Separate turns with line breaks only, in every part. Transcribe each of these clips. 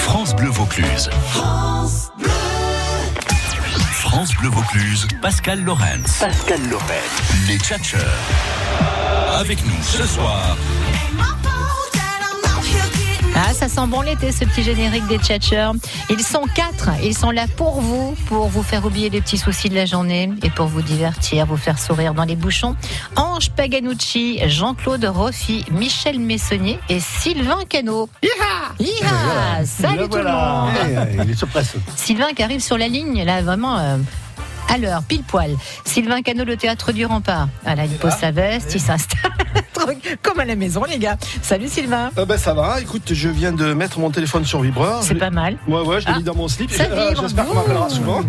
France Bleu Vaucluse. France Bleu. France Bleu Vaucluse, Pascal Lorenz.
Pascal Lorenz.
Les Tchatcheurs. Avec nous ce soir.
Ah, ça sent bon l'été, ce petit générique des Tchatchers. Ils sont quatre, ils sont là pour vous, pour vous faire oublier les petits soucis de la journée et pour vous divertir, vous faire sourire dans les bouchons. Ange Paganucci, Jean-Claude Roffi, Michel Messonnier et Sylvain Cano. Iha Salut tout voilà.
Eh,
le monde hey, hey,
Sylvain qui arrive sur la ligne, là, vraiment... Euh, à l'heure, pile poil. Sylvain Cano, le théâtre du rempart. Ah là, il pose sa veste, il s'installe comme à la maison, les gars. Salut Sylvain.
Euh bah, ça va. Écoute, je viens de mettre mon téléphone sur vibreur.
C'est pas mal.
Ouais, ouais, je l'ai ah, mis dans mon slip.
Euh,
J'espère qu'on m'appellera souvent.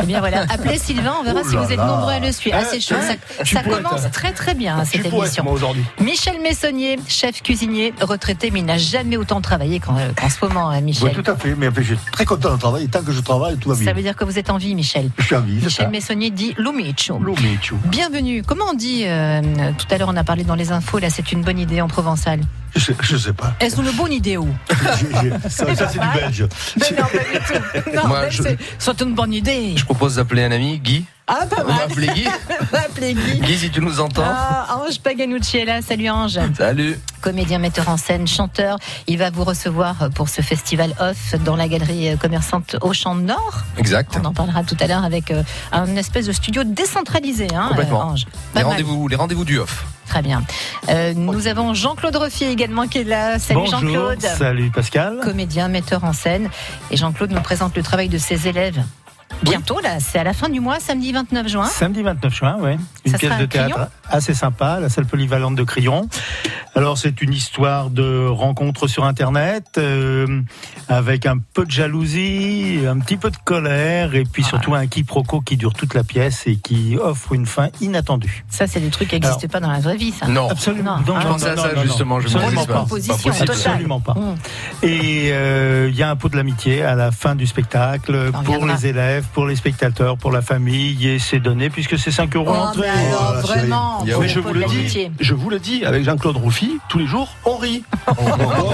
Eh bien voilà, appelez Sylvain, on verra oh si vous êtes nombreux à le suivre. Ah, c'est chaud. Ça, ça commence être. très très bien cette émission.
aujourd'hui.
Michel Messonnier, chef cuisinier, retraité, mais il n'a jamais autant travaillé qu'en qu ce moment, hein, Michel.
Oui, tout à fait. Mais je suis très content de travailler. Tant que je travaille, tout va bien.
Ça veut dire que vous êtes en vie, Michel.
Je suis en vie.
Michel
ça.
Messonnier dit Lumicho.
Lumicho.
Bienvenue. Comment on dit euh, Tout à l'heure, on a parlé dans les infos, là, c'est une bonne idée en provençal.
Je, je sais pas.
Elles ont le bon idée où
Ça, ça c'est du belge.
Mais non, pas du tout. Non, Moi, je... c'est une bonne idée.
Je propose d'appeler un ami, Guy.
Ah, pas mal.
On va Guy.
On va Guy.
Guy, si tu nous entends.
Ah, Ange Paganucci est là. Salut Ange.
Salut.
Comédien, metteur en scène, chanteur. Il va vous recevoir pour ce festival off dans la galerie commerçante au Champ de Nord.
Exact.
On en parlera tout à l'heure avec euh, un espèce de studio décentralisé, hein,
Complètement.
Ange.
Pas les rendez-vous, les rendez-vous du off.
Très bien. Euh, nous avons Jean-Claude Reffi également qui est là. Salut Jean-Claude.
Salut Pascal.
Comédien, metteur en scène. Et Jean-Claude nous présente le travail de ses élèves bientôt là, c'est à la fin du mois, samedi 29 juin.
Samedi 29 juin, oui. Une
Ça
pièce de théâtre
Crillon
assez sympa, la salle polyvalente de Crillon. Alors c'est une histoire de rencontre sur Internet, euh, avec un peu de jalousie, un petit peu de colère, et puis ah, surtout ouais. un quiproquo qui dure toute la pièce et qui offre une fin inattendue.
Ça, c'est des trucs qui n'existent pas dans la vraie vie, ça.
Non,
absolument. Non,
non, je pensais à ça non, justement. Je
absolument
pas. pas
absolument pas. Et il euh, y a un pot de l'amitié à la fin du spectacle
On
pour les élèves, pour les spectateurs, pour la famille, et c'est donné puisque c'est 5 euros l'entrée.
Oh, voilà, vraiment,
mais je vous le dis, je vous le dis, avec Jean-Claude Rouffy, tous les jours, on rit. oh,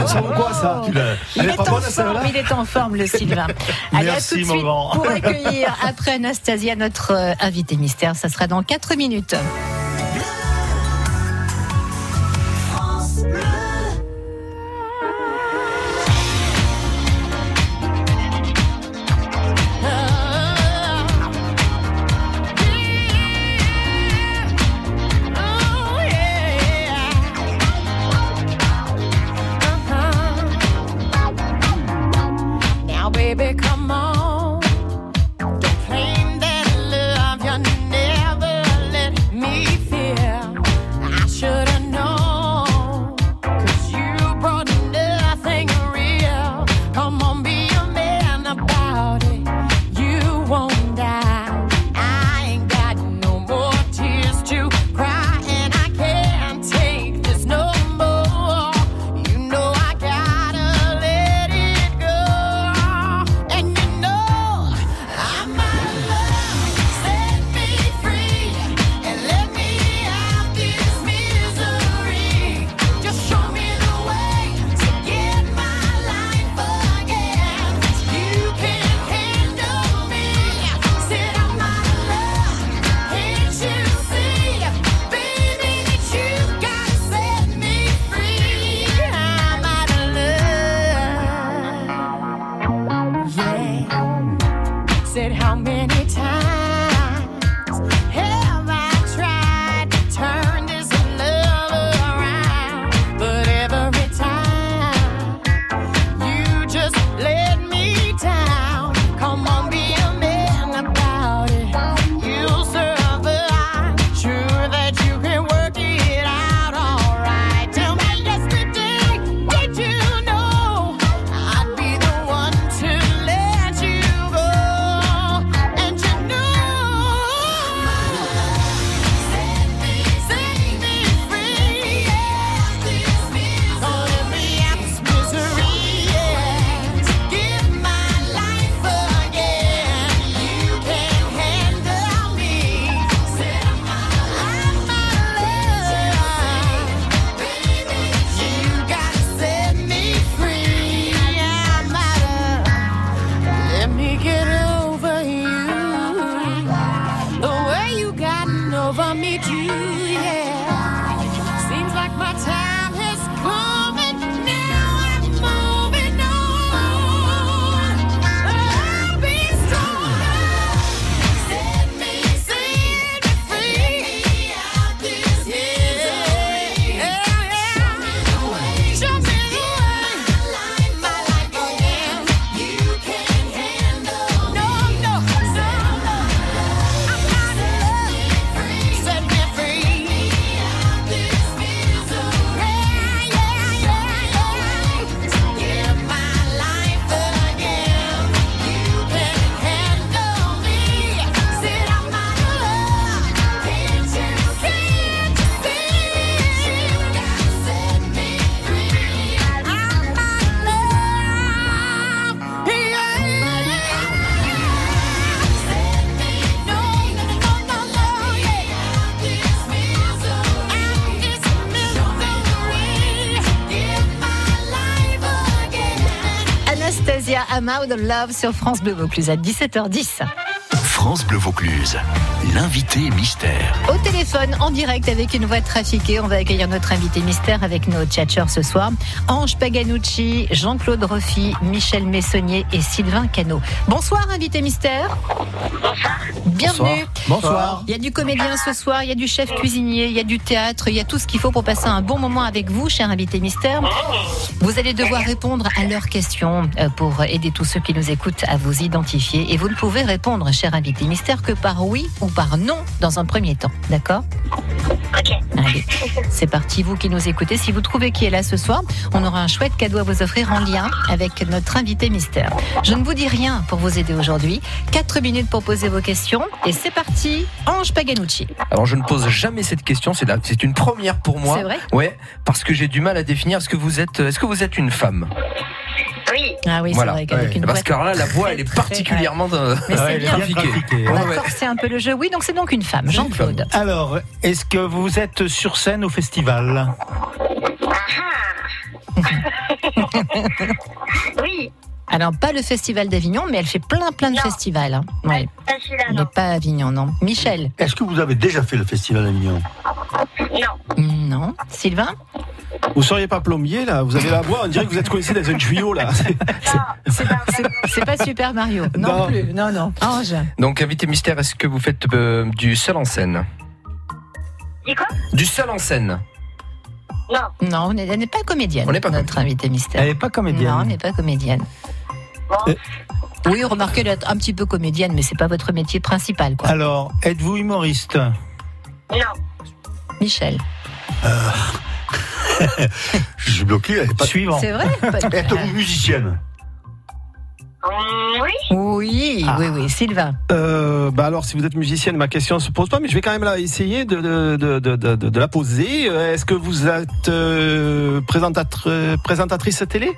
ça vaut quoi ça
il, il, est pas en bonne, forme, il est en forme, le Sylvain. Allez,
Merci,
à tout de suite
moment.
pour accueillir après Anastasia notre euh, invité mystère. Ça sera dans 4 minutes. Anastasia, I'm out of love sur France Bleu Vaucluse à 17h10.
France Bleu Vaucluse, l'invité mystère.
Au téléphone, en direct avec une voix trafiquée, on va accueillir notre invité mystère avec nos tchatcheurs ce soir. Ange Paganucci, Jean-Claude Roffy, Michel Messonnier et Sylvain Cano. Bonsoir, invité mystère. Bienvenue.
Bonsoir.
Il y a du comédien ce soir, il y a du chef cuisinier, il y a du théâtre, il y a tout ce qu'il faut pour passer un bon moment avec vous, cher invité mystère. Vous allez devoir répondre à leurs questions euh, pour aider tous ceux qui nous écoutent à vous identifier. Et vous ne pouvez répondre, cher invité mystère, que par oui ou par non dans un premier temps. D'accord Allez, c'est parti, vous qui nous écoutez. Si vous trouvez qui est là ce soir, on aura un chouette cadeau à vous offrir en lien avec notre invité mystère. Je ne vous dis rien pour vous aider aujourd'hui. 4 minutes pour poser vos questions. Et c'est parti, Ange Paganucci.
Alors je ne pose jamais cette question, c'est la- c'est une première pour moi.
C'est vrai
Ouais, parce que j'ai du mal à définir est-ce que vous êtes est-ce que vous êtes une femme
Oui,
Ah oui, c'est
Voilà.
vrai qu'avec
Ouais.
une
Parce
boîte.
que alors là la voix elle est
très, très,
particulièrement euh,
Mais c'est
Ouais,
bien.
bien trafiqué.
On
Ouais,
va
ouais.
corser un peu le jeu. Oui, donc c'est donc une femme,
C'est une
Jean-Claude.
Alors, est-ce que vous êtes sur scène au festival
oui,
Alors, pas le festival d'Avignon, mais elle fait plein, plein de
Non.
festivals. hein. Ouais.
pas celui-là,
Mais
non.
pas à Avignon, non. Michel
Est-ce que vous avez déjà fait le festival Avignon
Non,
Non. Sylvain
Vous seriez pas plombier là Vous avez la voix, on dirait que vous êtes coincé dans un tuyau là.
non, c'est pas
C'est- C'est pas Super Mario. Non,
Non.
plus. Non, non. Ange
Donc invité mystère, est-ce que vous faites euh, du seul en scène
Dis quoi
Du seul en scène.
Non,
Non, on n'est- elle n'est pas comédienne.
On n'est pas
Notre invité mystère.
Elle n'est pas
Non, elle
comédienne.
n'est pas comédienne.
Euh.
bon,
Oui, remarquez, elle est un petit peu comédienne, mais c'est pas votre métier principal, quoi.
Alors, êtes-vous humoriste
non,
Ah.
Michel. Ah,
Je suis bloqué, elle est pas...
Suivant.
C'est vrai
Êtes-vous musicienne
Hum, oui,
Oui, oui, oui. Sylvain.
Ah. Euh, bah alors, si vous êtes musicienne, ma question se pose pas, mais je vais quand même la essayer de, de, de, de, de, de la poser. Euh, Est-ce que vous êtes euh, présentatr- euh, présentatrice télé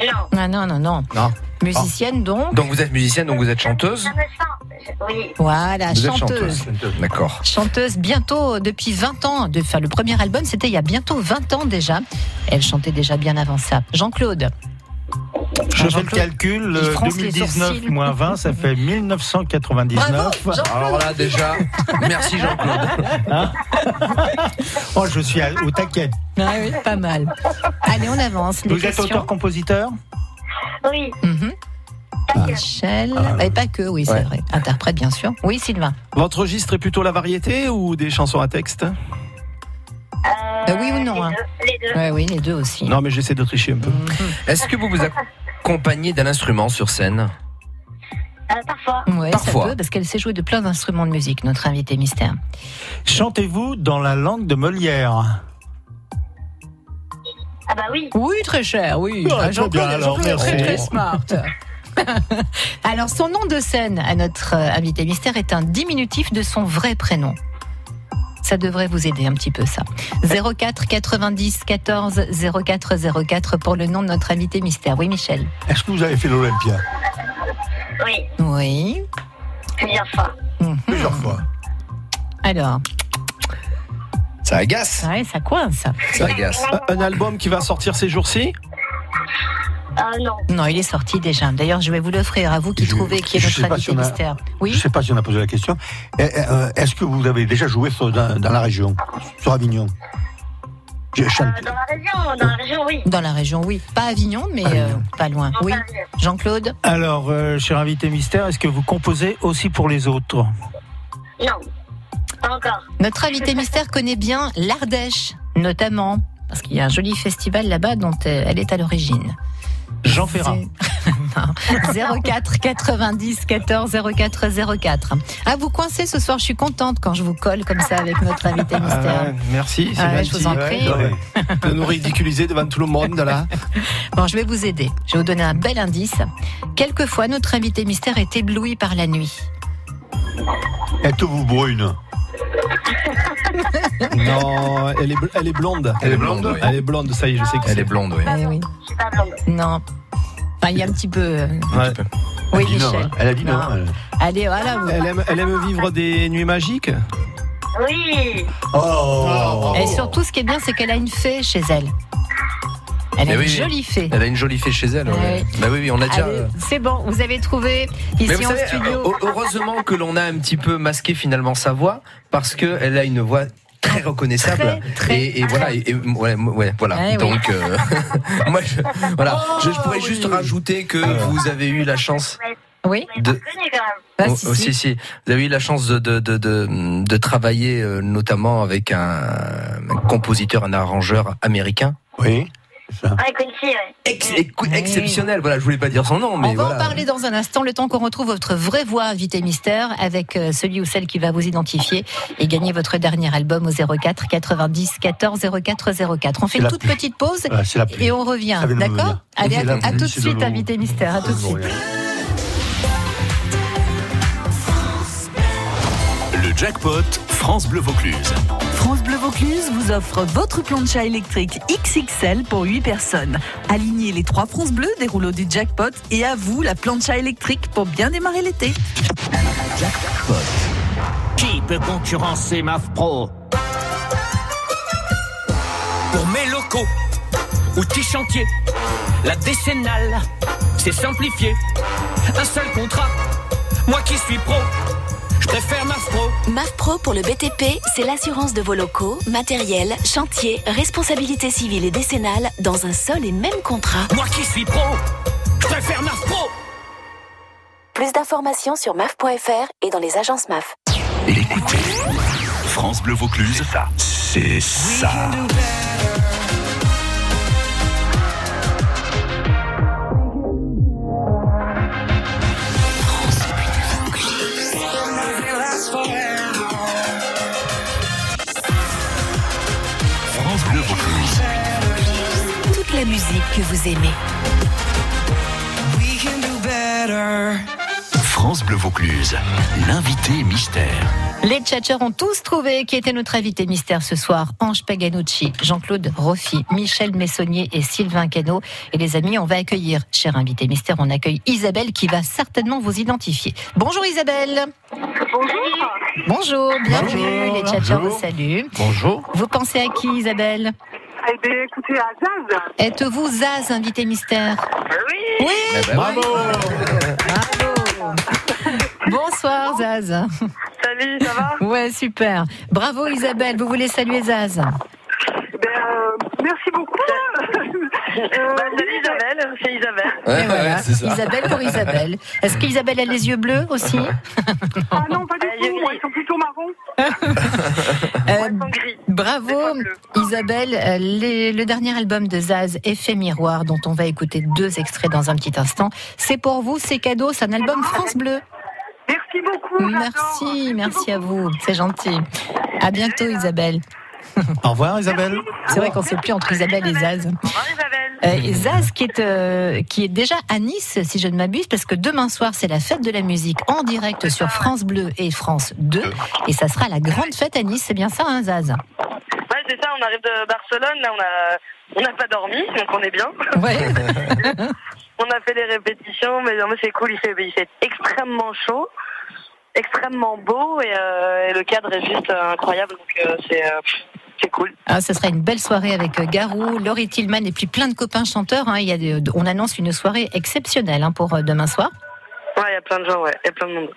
non.
Ah, non, non, non.
Non. Ah.
Musicienne, donc.
Donc vous êtes musicienne, donc vous êtes chanteuse.
Ça me sent, oui,
Voilà,
Vous êtes
Ah, chanteuse.
D'accord.
Chanteuse bientôt depuis 20 ans. De, enfin, le premier album, c'était il y a bientôt 20 ans déjà. Elle chantait déjà bien avant ça. Jean-Claude.
Je fais le
Jean-Claude,
calcul,
il
euh,
fronce les
2019
sourcils.
moins 20, ça fait
Bravo,
1999.
Jean-Claude.
Alors là déjà, merci Jean-Claude.
Hein Oh, je suis à- au taquet.
Ah oui, pas mal. Allez, on avance. Les
Vous êtes
questions.
auteur-compositeur
oui,
Mhm.
pas que.
Michel.
Ah
Et pas que, oui, c'est
Ouais.
vrai. Interprète, bien sûr. Oui, Sylvain.
Votre registre est plutôt la variété ou des chansons à texte
Euh,
Bah oui ou non,
les
hein.
deux, Les deux,
Ouais, oui, les deux aussi.
Non, mais j'essaie de tricher un peu.
Mm-hmm. Est-ce que vous vous accompagnez d'un instrument sur scène
Euh, parfois,
Oui, ça
Parfois.
peut, parce qu'elle sait jouer de plein d'instruments de musique, notre invité mystère.
Chantez-vous dans la langue de Molière
ah bah oui,
Oui, très cher, oui.
Ah, très
Jean-Claude
bien, alors,
Jean-Claude est très très
merci.
smart. alors, son nom de scène à notre euh, invité mystère est un diminutif de son vrai prénom. Ça devrait vous aider un petit peu ça. 04 90 14 04 04 pour le nom de notre invité mystère. Oui, Michel.
Est-ce que vous avez fait l'Olympia
oui,
Oui. Mhm.
plusieurs fois.
Plusieurs fois.
Alors,
Ça agace.
ouais, ça coince.
Ça agace.
Un- Un album qui va sortir ces jours-ci
Euh, non,
Ah, Non, il est sorti déjà. D'ailleurs, je vais vous l'offrir à vous qui
Je-
trouvez qui est
je
notre
sais pas
invité
si on a-
mystère.
Je ne
Oui.
sais pas si on a posé la question. Eh, eh, euh, Est-ce que vous avez déjà joué sur- dans, dans la région, sur Avignon Je chante.
Euh, dans la région, dans la région, oui.
Dans la région, oui. Pas Avignon, mais euh, pas loin.
Dans
Oui.
Paris.
Jean-Claude
Alors, euh, cher invité mystère, est-ce que vous composez aussi pour les autres
Non, pas encore.
Notre invité mystère connaît bien l'Ardèche, notamment, parce qu'il y a un joli festival là-bas dont euh, elle est à l'origine.
Jean Ferrat.
C'est- Non. 04 90 14 04 04. Ah, vous coincez ce soir, je suis contente quand je vous colle comme ça avec notre invité
Ah
mystère.
ouais, Merci, c'est
Ah ouais,
gentil.
je vous en prie.
Ouais. De nous ridiculiser devant tout le monde là.
Bon, je vais vous aider. Je vais vous donner un bel indice. Quelquefois, notre invité mystère est ébloui par la nuit.
Êtes-vous brune
Non, elle est, bl- elle est blonde.
Elle est blonde, oui.
Elle est blonde, ça y est, je sais qui
Elle est
c'est.
blonde, oui.
Eh oui.
Je suis pas blonde.
Non. Enfin, il y a un petit peu. euh,
Ouais.
Oui,
Elle dit non,
Michel.
hein. Elle a dit non.
Non.
elle.
Allez, voilà. vous.
Elle aime, elle aime vivre des nuits magiques
Oui,
Oh,
Oh.
Et surtout, ce qui est bien, c'est qu'elle a une fée chez elle. Elle a une
Mais Eh oui, oui.
jolie fée.
Elle a une jolie fée chez elle. ouais.
Ouais.
Bah oui, oui, on a déjà.
Allez,
euh,
c'est bon, vous avez trouvé
Mais
ici
vous
en
savez,
studio.
heu- heureusement que l'on a un petit peu masqué finalement sa voix parce que elle a une voix très reconnaissable
Très, très.
et, et voilà et, et- ouais, ouais, voilà
Eh oui. Oh,
donc euh, moi je, voilà je, je pourrais
oui.
juste rajouter que vous avez eu la chance
Oui,
Mais
De-
je connais quand même.
bah,
Oh,
si,
oh,
si.
si, si. Vous avez eu la chance de, de, de, de, de travailler euh, notamment avec un, un compositeur, un arrangeur américain
Oui, c'est
Ah.
ça.
Ouais, Quincy, ouais.
Ex-
Oui.
écou- exceptionnel. Voilà, je voulais pas dire son nom, mais
Eh On va
voilà.
en parler dans un instant, le temps qu'on retrouve votre vraie voix, invité mystère, avec euh, celui ou celle qui va vous identifier et gagner votre dernier album au 04 90 14 04 04. On fait
C'est
une
la
toute
pluie.
petite pause
Voilà, c'est la pluie.
et on revient,
Ça vient de me
d'accord
venir.
Allez, à,
C'est la
à
pluie,
tout de
c'est de
suite,
l'eau.
invité mystère, à tout de suite.
Le jackpot France Bleu Vaucluse.
France Bleu Vaucluse vous offre votre plancha électrique XXL pour 8 personnes. Alignez les trois France bleues des rouleaux du jackpot et à vous la plancha électrique pour bien démarrer l'été.
Qui peut concurrencer MAF Pro Pour mes locaux, outils chantiers, la décennale, c'est simplifié. Un seul contrat, moi qui suis pro, je préfère MAF Pro.
MAF Pro pour le BTP, c'est l'assurance de vos locaux, matériel, chantier, responsabilité civile et décennale dans un seul et même contrat.
Moi qui suis pro, je préfère MAF Pro.
Plus d'informations sur MAF.fr et dans les agences MAF.
Et écoutez, France Bleu Vaucluse, c'est ça. France Bleu Vaucluse.
Toute la musique que vous aimez.
France Bleu Vaucluse, l'invité mystère.
Les tchatcheurs ont tous trouvé qui était notre invité mystère ce soir. Ange Paganucci, Jean-Claude Roffi, Michel Messonnier et Sylvain Cano. Et les amis, on va accueillir, cher invité mystère, on accueille Isabelle qui va certainement vous identifier. Bonjour Isabelle
Bonjour.
Bonjour, bienvenue,
Bonjour.
les tchatcheurs vous
Bonjour.
saluent.
Bonjour.
Vous pensez à qui Isabelle
Eh bien, écoutez, à Zaz.
Êtes-vous Zaz, invité mystère
Oui.
Oui
Eh ben,
Bravo
Bravo Bonsoir Zaz
Salut, ça va
Ouais, super Bravo Isabelle, vous voulez saluer Zaz
ben, euh, Merci beaucoup. Euh, salut Isabelle, c'est Isabelle.
ouais,
Et voilà,
ouais, c'est ça.
Isabelle pour Isabelle. Est-ce qu'Isabelle a les yeux bleus aussi
Ah non, pas du tout. Moi, ils sont plutôt marrons.
Euh,
Ils sont gris. Des
Bravo
fois bleus.
Isabelle, euh, les- le dernier album de Zaz, Effet Miroir, dont on va écouter deux extraits dans un petit instant. C'est pour vous, c'est cadeau, c'est un album France Bleu.
Merci beaucoup. j'adore.
Merci, merci à vous, c'est gentil. À bientôt Isabelle.
Au revoir Isabelle.
C'est vrai qu'on ne sait plus entre Isabelle et Zaz.
Au revoir Isabelle.
Euh, et Zaz qui est, euh, qui est déjà à Nice, si je ne m'abuse, parce que demain soir, c'est la fête de la musique en direct sur France Bleu et France 2. Et ça sera la grande fête à Nice, c'est bien ça, hein, Zaz
Ouais, c'est ça, on arrive de Barcelone, là, on a... On n'a pas dormi, donc on est bien.
Ouais.
On a fait des répétitions, mais non, mais c'est cool, il fait, il fait extrêmement chaud, extrêmement beau, et, euh, et le cadre est juste euh, incroyable, donc euh, c'est euh, pff, c'est cool.
Ah, ce sera une belle soirée avec euh, Garou, Laurie Tillman et puis plein de copains chanteurs. hein. Il y a des- on annonce une soirée exceptionnelle hein, pour euh, demain soir.
Ouais, il y a plein de gens, ouais, il y a plein de monde.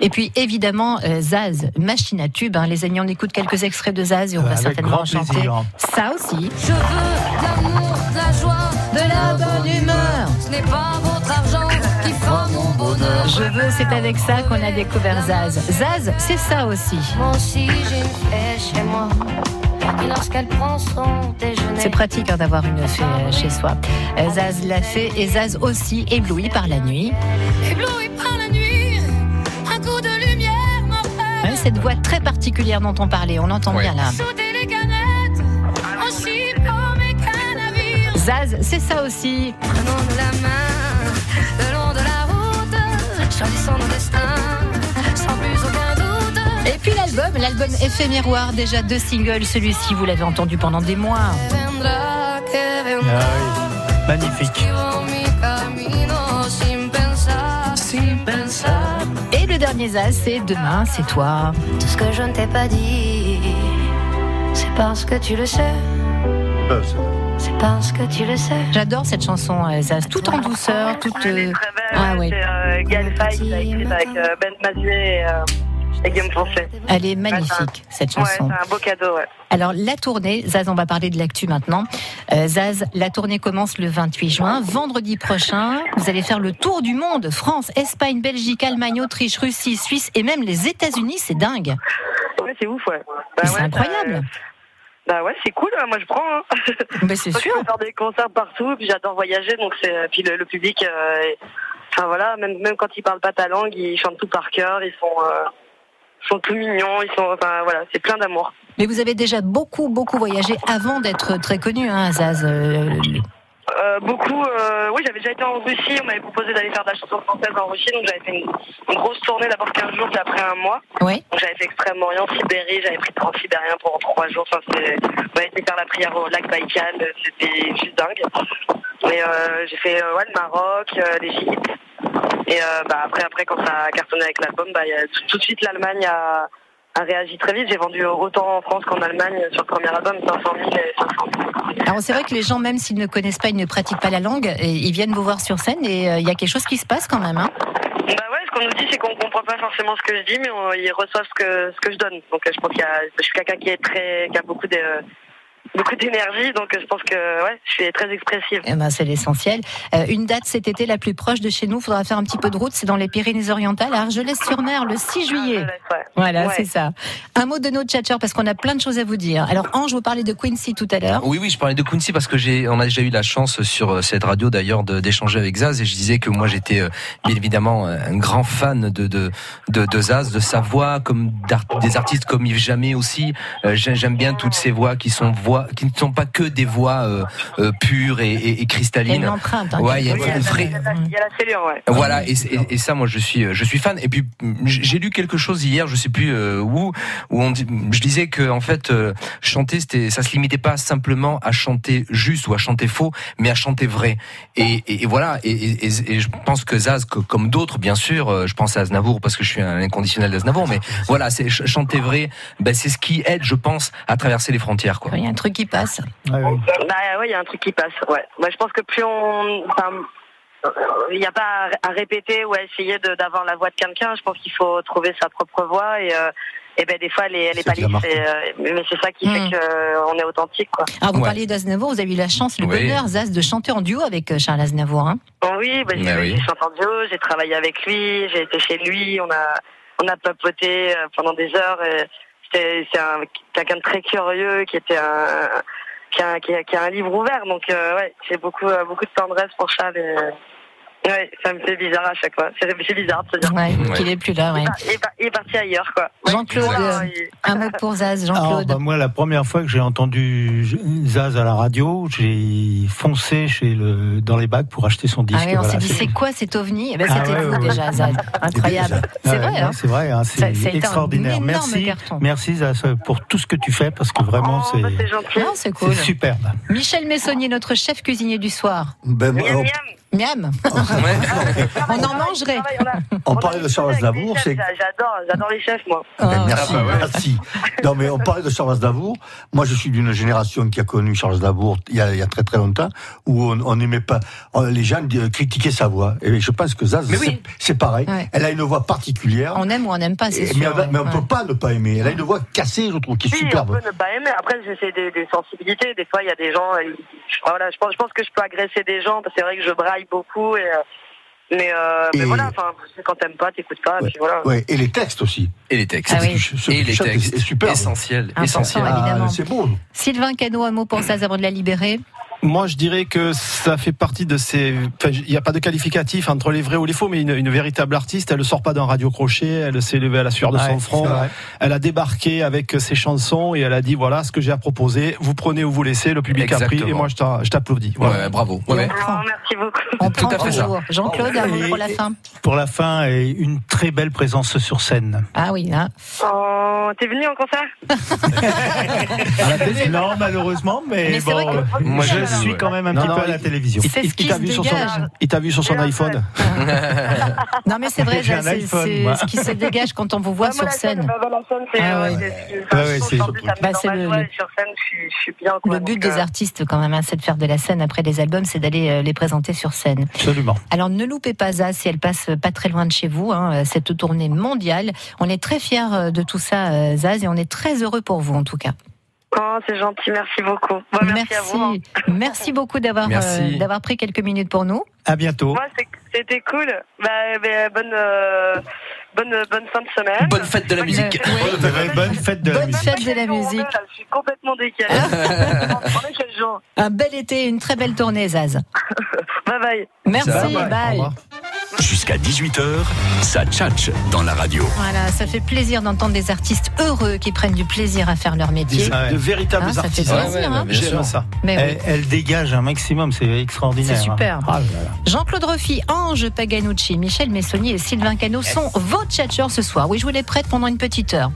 Et puis évidemment, euh, Zaz, machine à tube. hein. Les amis, on écoute quelques extraits de Zaz et on va
Avec
certainement
grand
en chanter.
plaisir.
Ça aussi.
Je veux de l'amour, de la joie,
De la bonne humeur.
Ce n'est pas votre argent qui fera mon bonheur.
Je veux, c'est avec ça qu'on a découvert Zaz. Zaz, c'est ça aussi.
Moi aussi j'ai une fée chez moi. Et lorsqu'elle prend son déjeuner.
C'est pratique hein, d'avoir une fée euh, chez soi. Euh, Zaz l'a fait et Zaz aussi ébloui par la nuit.
Ébloui par la nuit, un coup de lumière m'empêche.
Ouais, cette voix très particulière dont on parlait, on l'entend
Ouais.
bien là.
Shooter les canettes, on chie comme mes canavires.
Zaz, c'est ça aussi.
Prenons de la main, le long de la route, choisissons nos destins, sans plus aucun doute.
Et puis l'album, l'album Effet Miroir, déjà deux singles. Celui-ci, vous l'avez entendu pendant des mois.
Que vendrá, que vendrá.
Ah oui, Magnifique.
Esquivo mi camino sin pensar, sin pensar.
Et le dernier Zaz, c'est Demain, c'est toi.
Tout ce que je ne t'ai pas dit, c'est parce que tu le sais.
Euh, c'est-
C'est
Parce que tu le sais. J'adore cette chanson, euh, Zaz, tout en douceur, tout. euh, Ah ouais.
C'est euh, Gaël Faye qui l'a écrite avec euh, Ben Mazuet et, euh, et Guillaume Français.
Elle est magnifique, cette chanson.
Ouais, c'est un beau cadeau, ouais.
Alors la tournée, Zaz, on va parler de l'actu maintenant. Euh, Zaz, la tournée commence le 28 juin, vendredi prochain. Vous allez faire le tour du monde, France, Espagne, Belgique, Allemagne, Autriche, Russie, Suisse et même les États-Unis. C'est dingue.
Ouais, c'est ouf, ouais.
Mais c'est
ouais, ça-
incroyable.
Bah ouais, c'est cool, hein, moi je prends. Hein.
c'est
Moi, Je peux faire des concerts partout, puis j'adore voyager, donc c'est puis le, le public, euh, est- enfin voilà, même même quand ils parlent pas ta langue, ils chantent tout par cœur, ils sont euh, ils sont tout mignons, ils sont enfin voilà, c'est plein d'amour.
Mais vous avez déjà beaucoup, beaucoup voyagé avant d'être très connu, hein, Zaz. Euh,
Euh, beaucoup, euh, oui, j'avais déjà été en Russie, on m'avait proposé d'aller faire de la chanson française en Russie, donc j'avais fait une, une grosse tournée d'abord 15 jours, puis après un mois.
Ouais.
Donc j'avais fait Extrême-Orient, Sibérie, j'avais pris Transsibérien pendant 3 jours, enfin c'était, on avait été faire la prière au lac Baïkal, c'était juste dingue. Mais euh, j'ai fait euh, ouais, le Maroc, euh, l'Égypte, et euh, bah, après, après quand ça a cartonné avec l'album, bah, il y a tout, tout de suite l'Allemagne a, a réagi très vite, j'ai vendu autant en France qu'en Allemagne sur le premier album, 500 000 et 500 000.
Alors c'est vrai que les gens, même s'ils ne connaissent pas, ils ne pratiquent pas la langue, et ils viennent vous voir sur scène et euh, il y a quelque chose qui se passe quand même. hein.
Bah ouais, ce qu'on nous dit, c'est qu'on comprend pas forcément ce que je dis, mais on- ils reçoivent ce que, ce que je donne. Donc euh, je pense qu'il y a, je suis quelqu'un qui est très, qui a beaucoup de, beaucoup d'énergie, donc euh, je pense que ouais, je suis très expressive.
Eh ben, c'est l'essentiel. Euh, une date cet été la plus proche de chez nous, faudra faire un petit peu de route, c'est dans les Pyrénées-Orientales, à Argelès-sur-Mer, le 6 juillet. Voilà,
Ah, Ouais.
c'est ça. Un mot de nos tchatcheurs, parce qu'on a plein de choses à vous dire. Alors Ange, vous parlez de Quincy tout à l'heure.
Oui, oui, je parlais de Quincy parce que j'ai, on a déjà eu la chance sur euh, cette radio d'ailleurs de- d'échanger avec Zaz et je disais que moi j'étais euh, bien évidemment euh, un grand fan de de de, de Zaz, de sa voix, comme d'art- des artistes comme Yves Jamais aussi. Euh, j'ai- J'aime bien toutes ces voix qui sont voix qui ne sont pas que des voix euh, euh, pures et, et- et cristallines.
Il y a une empreinte, hein,
ouais, il y a une
Oui, il y a
vraie-
la- il y a la cellule, ouais.
Ah, voilà, et, et- et ça, moi, je suis, euh, je suis fan. Et puis, j'ai lu quelque chose hier, je sais plus euh, où, où on dit, je disais que en fait, euh, chanter, c'était, ça se limitait pas simplement à chanter juste ou à chanter faux, mais à chanter vrai. Et, et- et voilà. Et, et- et- et je pense que Zaz, que- comme d'autres, bien sûr, euh, je pense à Aznavour parce que je suis un inconditionnel d'Aznavour, mais voilà, c'est ch- chanter vrai. Ben, c'est ce qui aide, je pense, à traverser les frontières. Quoi.
Il y a un truc qui passe.
Bah ouais, il y a un truc qui passe. Ouais. Moi, je pense que plus on, enfin, euh, il n'y a pas à, à répéter ou à essayer de- d'avoir la voix de quelqu'un. Je pense qu'il faut trouver sa propre voix et. euh, et ben des fois elle est, elle est pas
qui la
lisse,
marque.
et, euh, mais c'est ça qui fait qu'on est authentique quoi.
Alors vous parliez d'Aznavour, vous avez eu la chance, le
Oui.
bonheur, Zaz, de chanter en duo avec euh, Charles Aznavour. hein.
Bon, oui, bah, j'ai
Ah oui.
j'ai chanté en duo, j'ai travaillé avec lui, j'ai été chez lui, on a, on a papoté euh, pendant des heures. et C'était c'est un- quelqu'un de très curieux qui était un, qui a, qui a- qui a un livre ouvert. Donc, euh, ouais, j'ai beaucoup, euh, beaucoup de tendresse pour Charles. et, euh, ouais, ça me fait bizarre à chaque fois. C'est c'est bizarre de se dire.
Ouais, qu'il est plus là, ouais.
Il, est par- il est par- il est parti ailleurs, quoi. Ouais,
Jean-Claude,
tu vois,
Ah,
euh,
il-
un mot pour Zaz, Jean-Claude.
Ah, bah, moi, la première fois que j'ai entendu Zaz à la radio, j'ai foncé chez le, dans les bacs pour acheter son disque.
Ah oui, on
voilà.
s'est dit, c'est quoi cet ovni Eh ben,
Ah
C'était
ouais,
vous
ouais, ouais.
déjà, Zaz. Incroyable. C'est
Ouais,
vrai,
non,
hein
C'est vrai, hein,
Ça- ça a été
c'est
un
extraordinaire.
énorme
Merci,
carton.
merci Zaz pour tout ce que tu fais parce que vraiment c'est
Non, c'est
c'est
cool.
superbe.
Michel Messonnier, notre chef cuisinier du soir.
Ben, on,
Miam
Oh,
On en mangerait.
on parlait de Charles Aznavour, c'est
j'a- J'adore, j'adore les chefs, moi.
Ben, merci,
ah, bah
merci. Non, mais on parlait de Charles Aznavour. Moi, je suis d'une génération qui a connu Charles Aznavour il y a, il y a très très longtemps, où on on n'aimait pas. on- les gens euh, critiquaient sa voix. Et je pense que Zaz,
Mais
c'est-
oui.
c'est pareil.
Ouais.
Elle a une voix particulière.
On aime ou on n'aime pas,
et-
c'est
mais,
sûr.
on a- mais on
ouais.
peut pas ne pas aimer. Elle a une voix cassée, je trouve, qui est
Oui,
superbe.
on peut ne pas aimer. Après, c'est- c'est des, des sensibilités. Des fois, il y a des gens. euh, Voilà, je pense, je pense que je peux agresser des gens. parce que C'est vrai que je braille beaucoup. Et, euh, mais, euh, mais
Et-
voilà, enfin, quand t'aimes pas, t'écoutes pas. Et puis voilà.
Ouais, et les textes aussi.
Ah
Et les textes.
Ceux qui ch- ceux
Et
qui
les
chantent,
textes.
C'est superbe.
Essentiel.
Important,
essentiel.
Ah, évidemment.
c'est beau.
Sylvain Cano, un mot pour Zaz avant de la libérer.
Moi, je dirais que ça fait partie de ces. Enfin, il n'y a pas de qualificatif entre les vrais ou les faux, mais une, une véritable artiste, elle ne sort pas d'un radio-crochet, elle s'est levée à la sueur de
Ouais,
son front,
c'est vrai.
elle a débarqué avec ses chansons et elle a dit voilà ce que j'ai à proposer, vous prenez ou vous laissez, le public a pris
Exactement.
et moi je t'a- je t'applaudis.
Ouais, bravo. Ouais.
Merci beaucoup.
On prend
à fait ça.
toujours. Jean-Claude, un mot
Et-
pour la fin.
Pour la fin, et une très belle présence sur scène.
Ah oui, hein.
Oh, en- t'es venu en concert
non, malheureusement, mais,
Mais c'est
Eh bon,
vrai que-
moi je
Non,
suis
non.
quand même un petit peu à la télévision.
C'est ce qui
t'a
se
vu sur son-
dégage.
Il t'a vu sur son iPhone.
Non, mais c'est vrai,
J'ai un
c'est
iPhone,
c'est
moi.
ce qui se dégage quand on vous voit sur scène.
bah,
Ah ouais.
Enfin,
ouais,
je
c'est-
trouve qu'en plus, ça me
Bah,
met
c'est
dans
le-
la joie
le-
et sur scène, je suis- je suis bien. quoi.
Le but
Donc,
des
euh,
artistes, quand même, hein, c'est de faire de la scène après les albums, c'est d'aller euh, les présenter sur scène.
Absolument.
Alors ne loupez pas ça si elle passe euh, pas très loin de chez vous, hein, euh, cette tournée mondiale. On est très fiers euh, de tout ça, euh, Zaz, et on est très heureux pour vous en tout cas.
Oh, c'est gentil, merci beaucoup. Bon, merci, à vous. hein.
Merci beaucoup d'avoir
Merci.
euh, d'avoir pris quelques minutes pour nous.
À bientôt.
Moi, c'est- c'était cool. Bah, bah, bonne, euh, bonne, bonne fin de semaine. Bonne fête de la musique.
Bonne fête de la musique.
Fête de la musique.
Je suis complètement décalée. On est quel jour
Un bel été, une très belle tournée, Zaz.
Bye bye.
Merci,
Ça va.
bye.
Jusqu'à 18h, ça tchatche dans la radio.
Voilà, ça fait plaisir d'entendre des artistes heureux qui prennent du plaisir à faire leur métier.
Des- de véritables
Hein, ça fait
artistes.
plaisir, Ouais, ouais, hein. bien
J'aime
sûr.
ça.
Mais
elle,
oui.
elle dégage un maximum, c'est extraordinaire.
C'est super.
hein. Ah là là.
Jean-Claude Reffy, Ange Paganucci, Michel Messonnier et Sylvain Cano sont vos tchatcheurs ce soir. Oui, je vous les prête pendant une petite heure.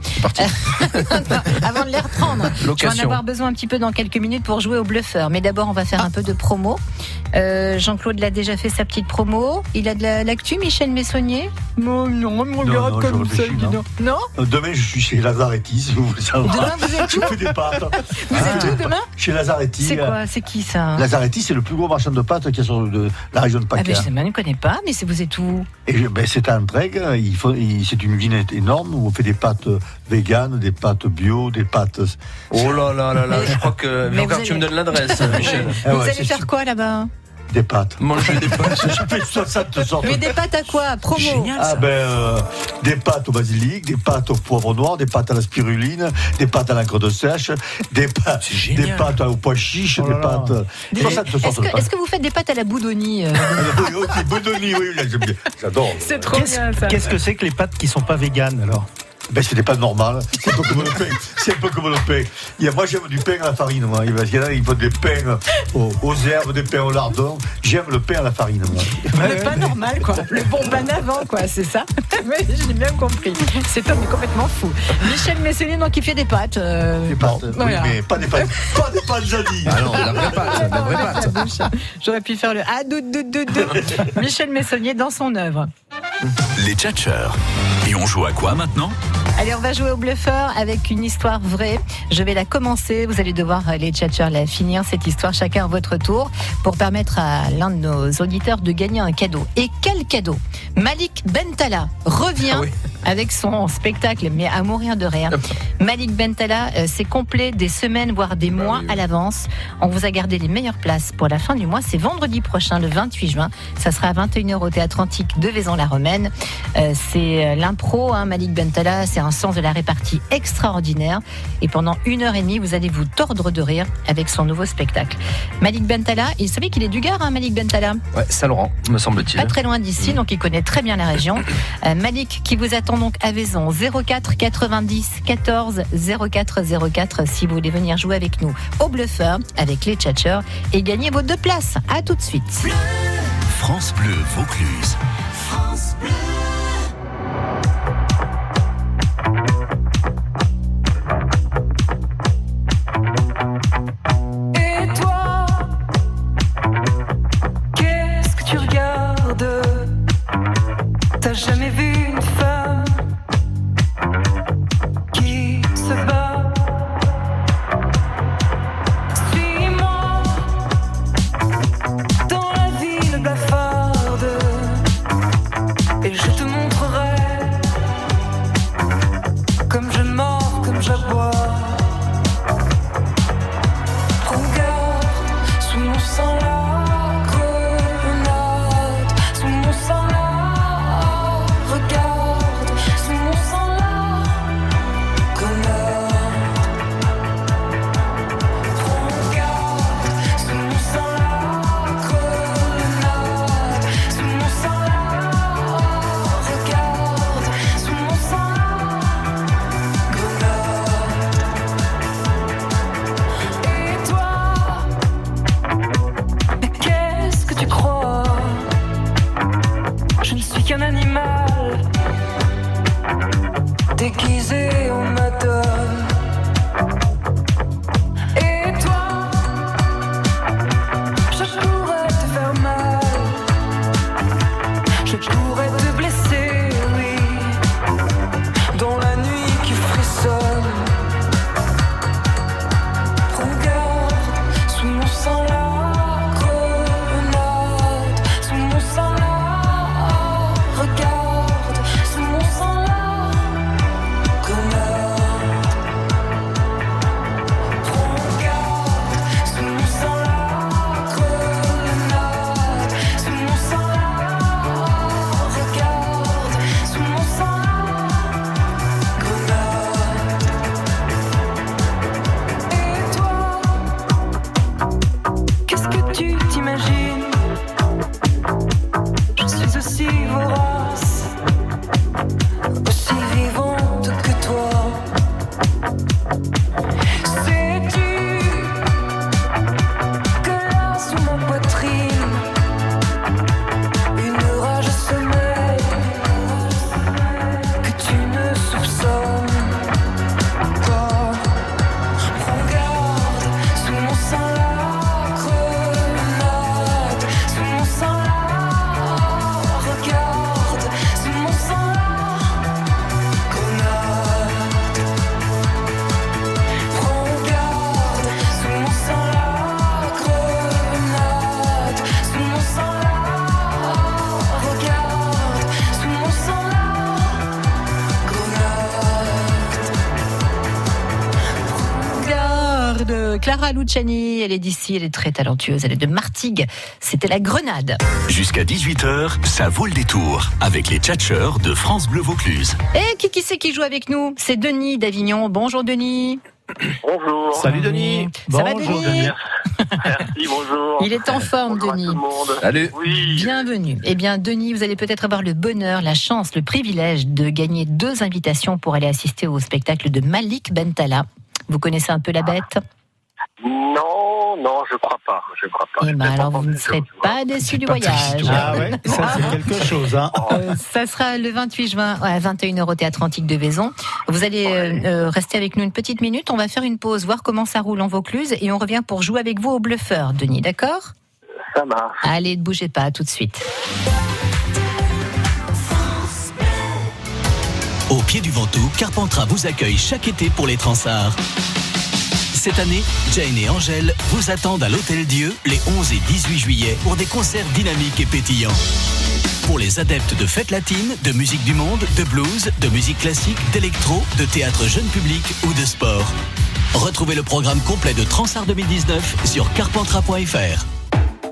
Avant de les reprendre, je vais en
Location.
avoir besoin un petit peu dans quelques minutes pour jouer au bluffeur. Mais d'abord, on va faire un peu de promo. Euh, Jean-Claude l'a déjà fait sa petite promo. Il a de la- l'actu, Michel Messonnier Non, non, on
Non, regarde non, je comme ça, réfléchis, dis non. donc.
Non
Euh, Demain, je suis chez Lazaretti, si vous voulez savoir.
Demain, vous êtes
Je fais des pâtes. Ah.
Vous êtes où demain
Chez Lazaretti.
C'est
euh,
quoi C'est qui ça
Lazaretti, c'est le plus gros marchand de pâtes qui est sur de- la région de
Ah, ben,
PACA.
je ne connais pas, mais c'est- vous êtes où
Et je- ben, c'est un preg, il faut- il- c'est une usine énorme où on fait des pâtes euh, véganes, des pâtes bio, des pâtes. euh,
Oh là là là là, je crois que.
Mais
Mais encore,
vous
tu
allez-
me donnes l'adresse, Michel.
Ah
Vous
ouais,
allez
c'est
faire quoi là-bas
Des pâtes.
Manger des pâtes.
Je fais 60 sortes.
Mais des pâtes à quoi Promo
Ah ben, euh, des pâtes au basilic, des pâtes au poivre noir, des pâtes à la spiruline, des pâtes à l'encre de sèche, des pâtes, des pâtes au pois chiche, des pâtes.
Des-
Des... Ça, te
Est-ce
sorte de
que, est-ce
pâtes.
que vous faites des pâtes à la boudonie euh,
Oui, ok, Bodoni, oui, là, j'aime bien. j'adore. euh,
C'est trop bien ça.
Qu'est-ce que c'est que les pâtes qui sont pas véganes alors
Ben, c'est des pâtes normales. C'est pas comme le pain. C'est un peu comme le pain. Il y a, moi, j'aime du pain à la farine, moi. Il y en a- il y en a, ils font des pains aux, aux herbes, des pains au lardon. J'aime le pain à la farine, moi.
Le pas normal, quoi. Euh, Le bon ban avant, quoi, c'est ça Oui, j'ai bien compris. Cet homme est complètement fou. Michel Messonnier, donc, il fait des pâtes. euh,
Des pâtes. Oui,
Voilà.
mais pas des pâtes. Pas des pâtes jadis.
Ah non, la vraie pâte, la vraie
avec la
pâte.
bouche. J'aurais pu faire le ah dou, dou, dou, dou. Michel Messonnier dans son œuvre.
Les tchatcheurs. Et on joue à quoi maintenant
Allez, on va jouer au bluffeur avec une histoire vraie. Je vais la commencer. Vous allez devoir, euh, les tchatcheurs, la finir, cette histoire, chacun à votre tour, pour permettre à l'un de nos auditeurs de gagner un cadeau. Et quel cadeau Malik Bentala revient
Ah oui.
avec son spectacle, mais à mourir de rire. Malik Bentala, euh, c'est complet des semaines, voire
Bah,
des mois à l'avance. On vous a gardé les meilleures places pour la fin du mois. C'est vendredi prochain, le 28 juin. Ça sera à 21h au Théâtre Antique de Vaison-la-Romaine. Euh, c'est euh, l'impro, hein, Malik Bentala, c'est un sens de la répartie extraordinaire. Et pendant une heure et demie, vous allez vous tordre de rire avec son nouveau spectacle. Malik Bentala, il savait qu'il est du Gard, hein, Malik Bentala
Ouais, Saint-Laurent, me semble-t-il.
pas très loin d'ici, donc il connaît très bien la région. Euh, Malik qui vous attend donc à Vaison 04 90 14 04 04 si vous voulez venir jouer avec nous au bluffeur avec les tchatcheurs et gagner vos deux places. À tout de suite.
France Bleu Vaucluse.
Et toi, qu'est-ce que tu regardes T'as jamais vu une femme qui se bat Suis-moi dans la ville blafarde et je te montrerai comme je mords, comme j'aboie. Regarde sous mon sang la grenade, sous mon sang la regarde, sous mon sang la grenade. Regarde sous mon sang la grenade, sous mon sang la regarde, sous mon sang la grenade. Et toi, mais qu'est-ce que tu crois Je ne suis qu'un animal déguisé en matin.
Clara Luciani, elle est d'ici, elle est très talentueuse, elle est de Martigues. C'était la Grenade.
Jusqu'à 18h, ça vaut le détour avec les tchatcheurs de France Bleu Vaucluse.
Et qui, qui c'est qui joue avec nous C'est Denis d'Avignon. Bonjour Denis.
Bonjour.
Salut Denis.
Ça va, Denis
Merci, bonjour.
Il est en forme,
Bonjour à
Denis.
tout le monde.
Bienvenue. Eh bien, Denis, vous allez peut-être avoir le bonheur, la chance, le privilège de gagner deux invitations pour aller assister au spectacle de Malik Bentala. Vous connaissez un peu la bête
Non, non, je crois pas. Je crois pas.
Eh ben, alors, vous ne serez pas déçu du voyage.
Ah ouais, ça c'est quelque chose. Hein.
Euh, ça sera le 28 juin à 21h au Théâtre Antique de Vaison. Vous allez euh, euh, rester avec nous une petite minute. On va faire une pause, voir comment ça roule en Vaucluse. Et on revient pour jouer avec vous au bluffeur, Denis, d'accord
Ça marche.
Allez, ne bougez pas, à tout de suite.
Au pied du Ventoux, Carpentras vous accueille chaque été pour les Transarts. Cette année, Jane et Angèle vous attendent à l'Hôtel Dieu les 11 et 18 juillet pour des concerts dynamiques et pétillants. Pour les adeptes de fêtes latines, de musique du monde, de blues, de musique classique, d'électro, de théâtre jeune public ou de sport. Retrouvez le programme complet de Transart 2019 sur carpentras.fr.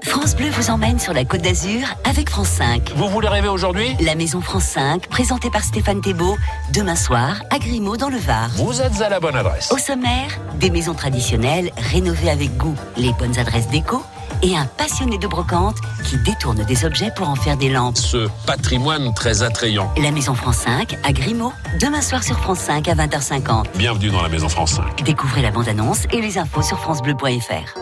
France Bleu vous emmène sur la Côte d'Azur avec France 5.
Vous voulez rêver aujourd'hui
La Maison France 5, présentée par Stéphane Thébault, demain soir à Grimaud dans le Var.
Vous êtes à la bonne adresse.
Au sommaire, des maisons traditionnelles rénovées avec goût, les bonnes adresses déco et un passionné de brocante qui détourne des objets pour en faire des lampes.
Ce patrimoine très attrayant.
La Maison France 5 à Grimaud, demain soir sur France 5 à 20h50.
Bienvenue dans la Maison France 5.
Découvrez la bande-annonce et les infos sur francebleu.fr.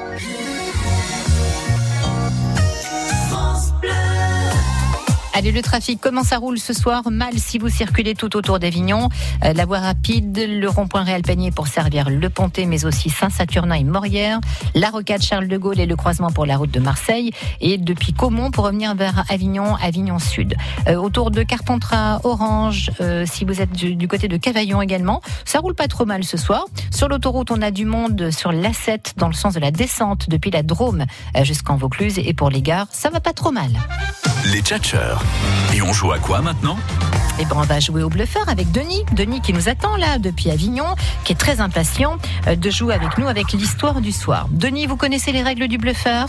Allez, le trafic, comment ça roule ce soir Mal si vous circulez tout autour d'Avignon. Euh, la voie rapide, le rond-point Réal Panier pour servir le Pontet, mais aussi Saint-Saturnin et Morière. La rocade Charles de Gaulle et le croisement pour la route de Marseille. Et depuis Caumont pour revenir vers Avignon, Avignon Sud. Euh, autour de Carpentras, Orange, euh, si vous êtes du, du côté de Cavaillon également, ça roule pas trop mal ce soir. Sur l'autoroute, on a du monde sur l'A7 dans le sens de la descente depuis la Drôme euh, jusqu'en Vaucluse. Et pour les gares, ça va pas trop mal.
Les tchatcheurs. Et on joue à quoi maintenant
Et ben on va jouer au bluffeur avec Denis. Denis qui nous attend là depuis Avignon, qui est très impatient euh, de jouer avec nous avec l'histoire du soir. Denis, vous connaissez les règles du bluffeur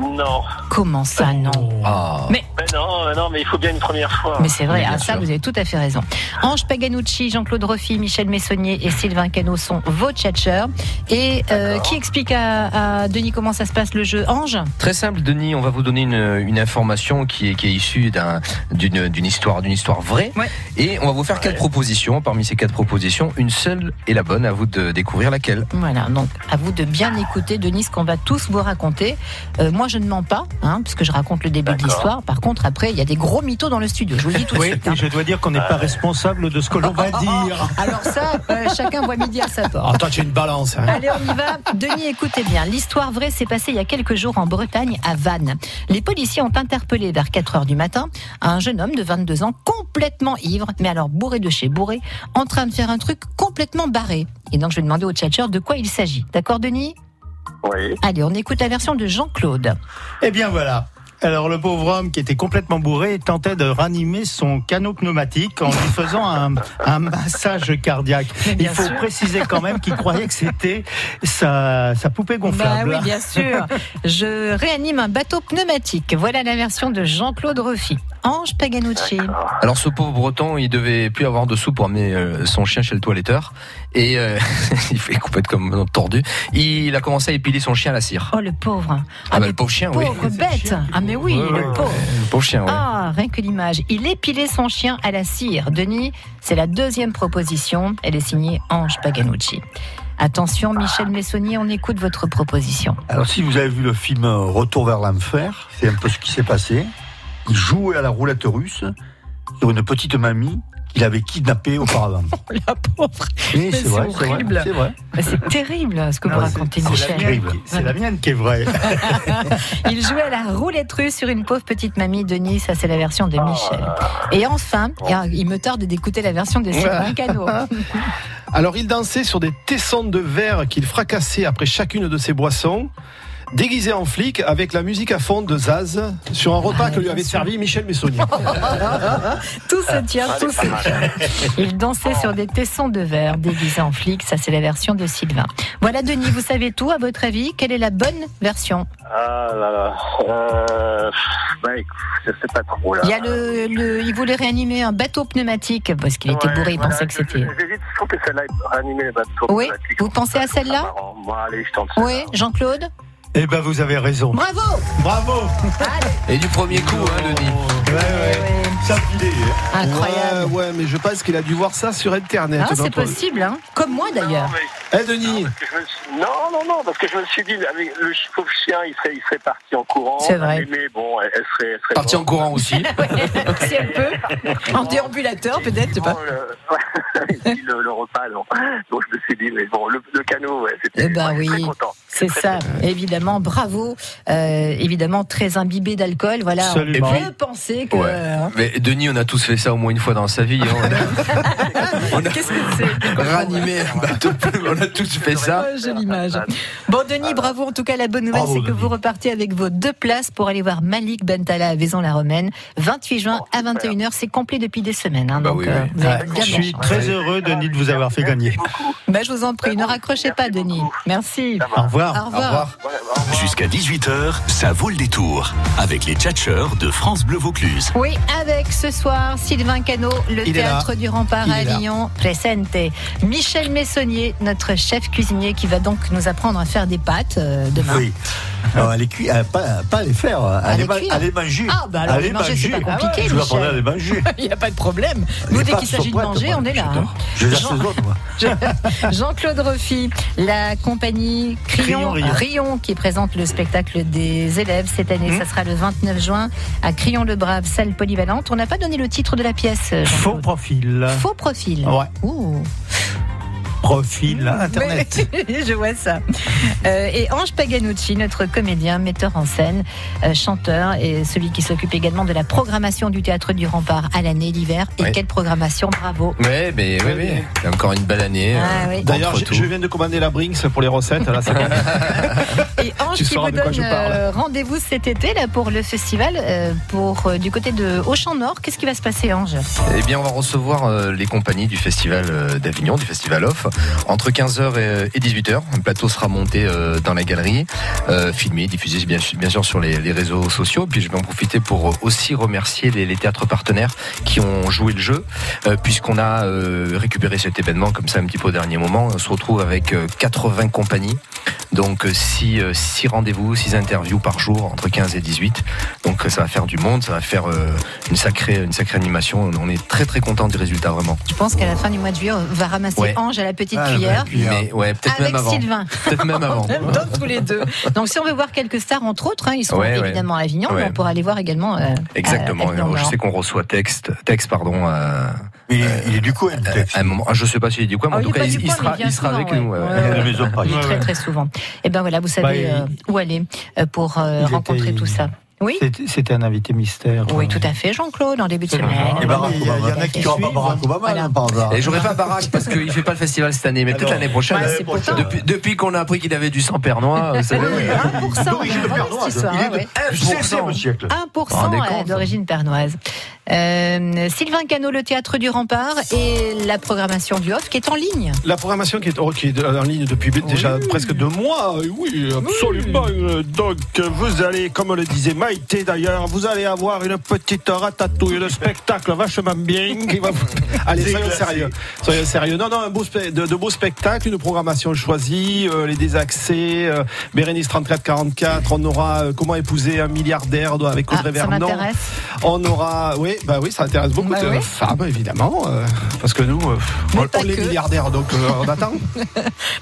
Non.
Comment ça, non
Oh.
Mais
Ben non, ben non, mais il faut bien une première
Ah,
fois.
mais c'est vrai, hein. à ça vous avez tout à fait raison. Ange Paganucci, Jean-Claude Roffi, Michel Messonnier et Sylvain Cano sont vos tchatcheurs. Et euh, qui explique à, à Denis comment ça se passe le jeu Ange
Très simple, Denis. On va vous donner une, une information qui est, qui est issue d'un- d'une d'une histoire, d'une histoire vraie. Et on va vous faire quatre propositions. Parmi ces quatre propositions, une seule est la bonne. À vous de découvrir laquelle.
Voilà, donc à vous de bien écouter, Denis, ce qu'on va tous vous raconter. Euh, moi, je ne mens pas, hein, puisque je raconte le début de l'histoire. Par contre, après, il y a des gros mythos dans le studio. Je vous le dis tout de
Oui,
suite. hein.
et je dois dire qu'on n'est
Ah
pas responsable de ce que l'on va dire.
Alors ça, euh, chacun voit midi à sa porte.
Ah, toi, tu es une balance. hein.
Allez, on y va. Denis, écoutez bien. L'histoire vraie s'est passée il y a quelques jours en Bretagne, à Vannes. Les policiers ont interpellé vers 4 heures du matin un jeune homme de 22 ans, complètement ivre, mais alors bourré de chez bourré, en train de faire un truc complètement barré. Et donc, je vais demander au tchatcheur de quoi il s'agit. D'accord, Denis
Oui.
Allez, on écoute la version de Jean-Claude.
Eh bien voilà. Alors le pauvre homme qui était complètement bourré tentait de ranimer son canot pneumatique en lui faisant un, un massage cardiaque. Il
bien
faut
sûr.
préciser quand même qu'il croyait que c'était sa, sa poupée
Bah
gonflable.
oui, bien sûr. Je réanime un bateau pneumatique. Voilà la version de Jean-Claude Ruffi. Ange Paganucci.
Alors ce pauvre breton, il devait plus avoir de sous pour amener euh, son chien chez le toiletteur et euh, il fait complètement tordu. Il a commencé à épiler son chien à la cire.
Oh, le pauvre.
Ah, bah, le pauvre chien, oui.
Pauvre bête. Ah, mais oui,
Ouais,
le
ouais,
pauvre.
ouais, le pauvre chien, oui.
Ah, rien que l'image. Il épilait son chien à la cire. Denis, c'est la deuxième proposition. Elle est signée Ange Paganucci. Attention, Michel Messonnier, on écoute votre proposition.
Alors, si vous avez vu le film euh, Retour vers l'enfer, c'est un peu ce qui s'est passé. Il jouait à la roulette russe sur une petite mamie qu'il avait kidnappée auparavant.
la pauvre.
Oui,
Mais
c'est Oh, vrai, c'est vrai,
horrible.
c'est vrai.
Mais Bah, C'est terrible hein, ce que vous
Ah,
racontez,
c'est- c'est la
Michel.
mienne qui- C'est la mienne qui est vraie.
Il jouait à la roulette russe sur une pauvre petite mamie de Nice. Ça, c'est la version de Michel.
Ah.
Et enfin, il me tarde d'écouter la version de Sylvain Cano.
Alors, il dansait sur des tessons de verre qu'il fracassait après chacune de ses boissons. déguisé en flic avec la musique à fond de Zaz sur un repas que lui avait servi Michel Messonnier.
tout se tient, tout se tient. Il dansait sur des tessons de verre déguisé en flic. Ça, c'est la version de Sylvain. Voilà, Denis, vous savez tout. À votre avis, quelle est la bonne version
Ah là là. Euh, bah, écoute, je sais pas trop là.
Il y a le, le- il voulait réanimer un bateau pneumatique parce qu'il était
Ouais,
bourré. Il
voilà,
pensait que
je-
c'était.
je- J'hésite, je trouve que celle-là est réanimée les bateaux.
Oui. Vous pensez à celle-là
Ah, Moi, allez, je tente.
Oui, Jean-Claude.
Eh ben, vous avez raison.
Bravo.
Bravo.
Et du premier coup, hein, Denis.
Ça filait.
Incroyable.
hein. Ouais, ouais, mais je pense qu'il a dû voir ça sur Internet.
Ah, c'est
Donc,
possible, hein. Comme moi d'ailleurs.
Eh, Denis
Parce que je me suis- Oh, Non, non, non, parce que je me suis dit, avec le ch- pauvre chien, il serait, il serait parti en courant.
C'est vrai.
Mais, mais bon, elle elle serait. Elle serait
Parti en courant aussi.
si elle peut. En déambulateur, peut-être, je sais pas.
Et puis le, le repas, non. Donc je me suis dit, mais bon, le, le canot, ouais, c'était.
Eh ben
ouais, je suis
oui.
très content.
C'est ça, évidemment, bravo. Euh, évidemment, très imbibé d'alcool. Voilà,
Absolument.
on peut penser que. hein,
Mais Denis, on a tous fait ça au moins une fois dans sa vie. hein. On a, on a ranimé un bateau. On a tous fait ça. Ah.
Ouais, Jolie image. Bon, Denis, bravo. En tout cas, la bonne nouvelle,
Bravo,
c'est que
Denis.
vous repartez avec vos deux places pour aller voir Malik Bentala à Vaison-la-Romaine. 28 juin à 21h. C'est complet depuis des semaines.
bah
Ah
hein, donc, euh, vous avez
Ouais,
bien de
je
la
suis
chance.
très heureux, Denis, de vous avoir fait gagner.
Bah, je vous en prie, ne raccrochez pas, Denis. Merci.
Au revoir.
Au revoir.
Jusqu'à 18h, ça vaut le détour avec les tchatcheurs de France Bleu Vaucluse.
Oui, avec ce soir Sylvain Cano, le
Il est
théâtre
là.
du rempart
Il
à
est là.
Lyon, Presente. Michel Messonnier, notre chef cuisinier, qui va donc nous apprendre à faire des pâtes euh, demain.
Oui. Alors, elle est cuite, euh, pas, pas les faire, hein. elle
les
est, ma-
cuire.
elle est mangée.
Ah, bah alors,
Elle
les
est
manger, c'est pas
mangée.
compliqué,
Je vous apprendrai à les
Michel.
manger.
Il n'y a pas de problème. Nous,
Les
dès
pâtes
qu'il s'agit
sont
de
prêtes,
manger,
moi,
on est là. hein.
Je les achète d'autres, moi.
Je- Jean-Claude Ruffy, la compagnie
Crillon
Crillon,
Rion.
Rion, qui présente le spectacle des élèves cette année. Ça sera le 29 juin à Crillon-le-Brave, salle polyvalente. On n'a pas donné le titre de la pièce. Jean-Claude.
Faux profil.
Faux profil.
Ouais.
Ouh.
Profil Internet.
Mais- je vois ça. Euh, et Ange Paganucci, notre comédien, metteur en scène, euh, chanteur et celui qui s'occupe également de la programmation du théâtre du Rempart à l'année, l'hiver. Et
Ouais.
quelle programmation, bravo.
Ouais, mais ouais, ouais. C'est encore une belle année. euh,
Ah, oui.
D'ailleurs, je, je viens de commander la Brinks pour les recettes. Là, c'est bon.
Et Ange
Tu
qui
sauras
vous
de quoi
donne
je parle.
euh, rendez-vous cet été là pour le festival euh, pour euh, du côté de Auchan Nord. Qu'est-ce qui va se passer, Ange
Eh bien, on va recevoir euh, les compagnies du Festival euh, d'Avignon, du Festival Off, entre 15h et, et 18h. Un plateau sera monté euh, dans la galerie, euh, filmé, diffusé bien, su- bien sûr sur les, les réseaux sociaux. Puis je vais en profiter pour euh, aussi remercier les, les théâtres partenaires qui ont joué le jeu, euh, puisqu'on a euh, récupéré cet événement comme ça un petit peu au dernier moment. On se retrouve avec euh, 80 compagnies. Donc euh, 6 rendez-vous, 6 interviews par jour entre 15 et 18. Donc euh, ça va faire du monde, ça va faire euh, une, sacrée, une sacrée animation. On est très très content du résultat vraiment.
Je pense qu'à la fin du mois de juillet, on va ramasser
Ouais.
Ange à la petite cuillère.
Mais ouais, peut-être
Avec
même avant.
Sylvain.
Peut-être même avant.
Dans tous les deux. Donc si on veut voir quelques stars, entre autres, hein, ils sont
Ouais, ouais.
évidemment à Avignon, mais
Ouais.
on pourra aller voir également. euh,
Exactement.
à- à- dans
je
leur-
sais qu'on reçoit texte, texte pardon. euh,
Il, est du coin.
À un moment, ah, je sais pas s'il est du coin, mais
Ah,
en
il
tout
est
cas,
pas
il,
du
il
coin,
sera,
mais il vient
il sera
souvent,
avec
ouais.
nous. ouais.
Ouais, ouais.
La maison Paris.
Très très souvent. Et ben voilà, vous savez
Bah, il-
euh, où aller euh, pour euh,
il était-
rencontrer tout ça. Oui.
C'était- C'était un invité mystère.
Oui, tout à fait, Jean-Claude, en début de semaine.
Et
ben,
Barack Obama. Il y en a qui n'auront pas Barack Obama, hein, par hasard.
Et j'aurais pas Barack parce qu'il fait pas le festival cette année, mais peut-être l'année prochaine.
Ouais, c'est pourtant.
depuis depuis qu'on a appris qu'il avait du sang pernois, vous savez.
D'origine pernoise.
cette histoire,
Il est de
ouais.
16e siècle.
1%
Rendez
euh,
compte.
d'origine pernoise. Euh, Sylvain Cano, le théâtre du rempart et la programmation du off qui est en ligne.
La programmation qui est, oh, qui est en ligne depuis déjà presque deux mois, euh, oui, absolument. Euh, Donc, euh, vous allez, comme le disait Maïté d'ailleurs, vous allez avoir une petite ratatouille, le spectacle vachement bien. qui va vous- Allez,
C'est
soyons
classé.
sérieux. Soyons sérieux. Non, non, un beau spe- de, de beaux spectacles, une programmation choisie, euh, les désaxés, euh, Bérénice 34-44, on aura euh, Comment épouser un milliardaire de- avec
Ah,
Audrey
ça
Vernon.
m'intéresse.
On aura, oui, bah oui, ça intéresse beaucoup
Bah
de
oui.
femmes, évidemment, euh, parce que nous, euh,
Mais
on,
pas
on est
que.
milliardaires, donc euh, on attend.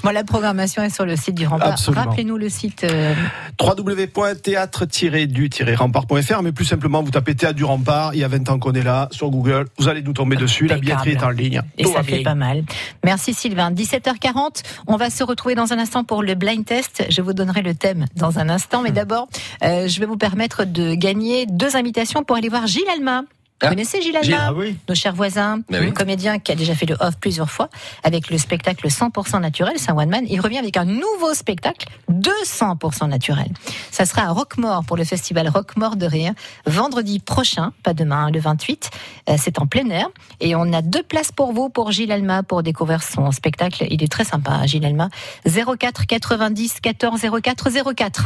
Bon, la programmation est sur le site du rempart.
Absolument.
Rappelez-nous le site. euh,
www.théâtre-du-rempart.fr, mais plus simplement, vous tapez Théâtre du Rempart, il y a 20 ans qu'on est là, sur Google, vous allez nous tomber dessus, la
Impeccable.
billetterie est en ligne.
Et
Tout
ça
va
fait
bien.
pas mal. Merci Sylvain. 17h40, on va se retrouver dans un instant pour le blind test. Je vous donnerai le thème dans un instant. Mais d'abord, euh, je vais vous permettre de gagner deux invitations pour aller voir Gilles Alma. Vous connaissez Gilles
Gilles,
Alma,
ah oui.
nos chers voisins,
Bah oui.
un comédien qui a déjà fait le off plusieurs fois avec le spectacle 100% naturel, c'est un one man. Il revient avec un nouveau spectacle 200% naturel. Ça sera à Roquemort pour le festival Roquemort de rire vendredi prochain, pas demain, hein, le 28. Euh, C'est en plein air et on a deux places pour vous pour Gilles Alma pour découvrir son spectacle. Il est très sympa, hein, Gilles Alma. 04 90 14 04 04.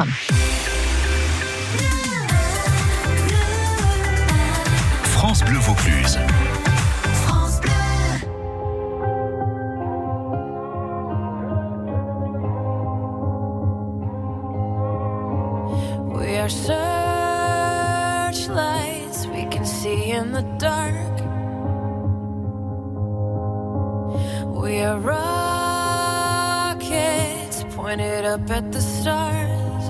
France Bleu Vaucluse.
We are searchlights we can see in the dark. We are rockets pointed up at the stars.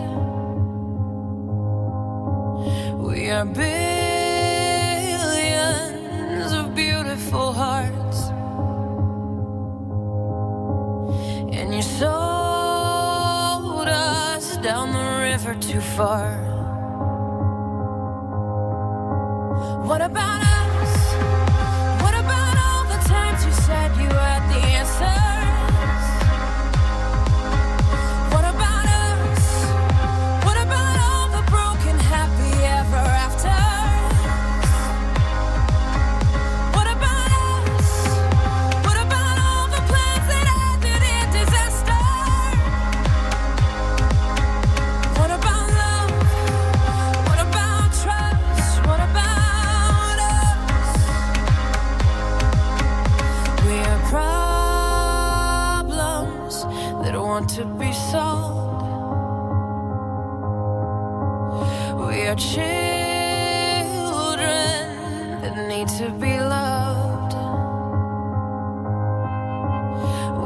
We are billions of beautiful hearts. And you sold us down the river too far. What about us? What about all the times you said you had the answers? What about us? What about all the broken happy ever after? What about us? What about all the plans that ended in disaster? What about love? What about trust? What about us? We are problems that want to be solved. We are children that need to be loved.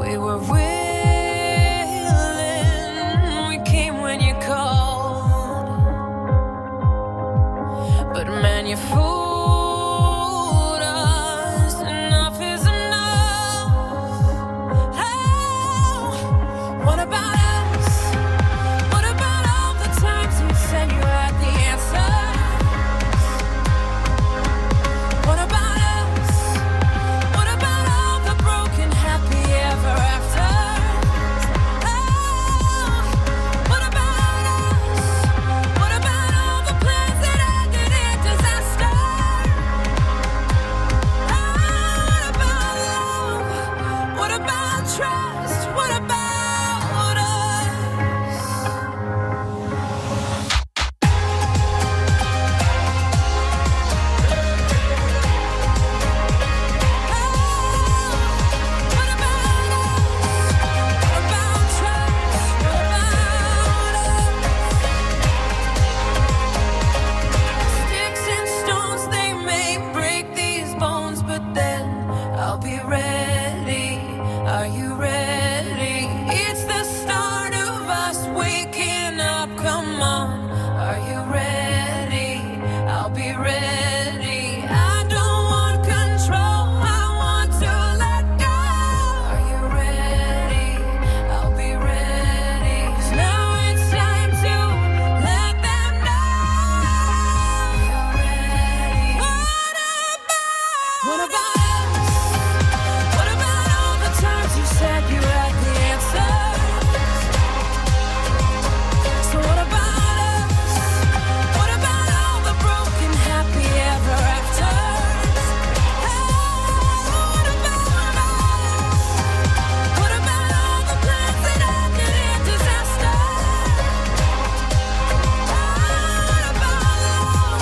We were willing, we came when you called. But man, you fooled us. Enough is enough. Oh, what about us? What about all the times you said you had the answer? What about us? What about all the broken happy ever after? Oh, what about us? What about all the plans that ended in disaster? Oh, what about love? What about trust? What about us? Sticks and stones, they may break these bones, but then I'll be ready. Are you ready? It's the start of us waking up. Come on, are you ready? I'll be ready. I don't want control, I want to let go. Are you ready? I'll be ready. 'Cause now it's time to let them What about us? What about all the times you said you had the answers? So what about us? What about all the broken happy ever after? What about us? What about all the plans that ended in disaster? What about love?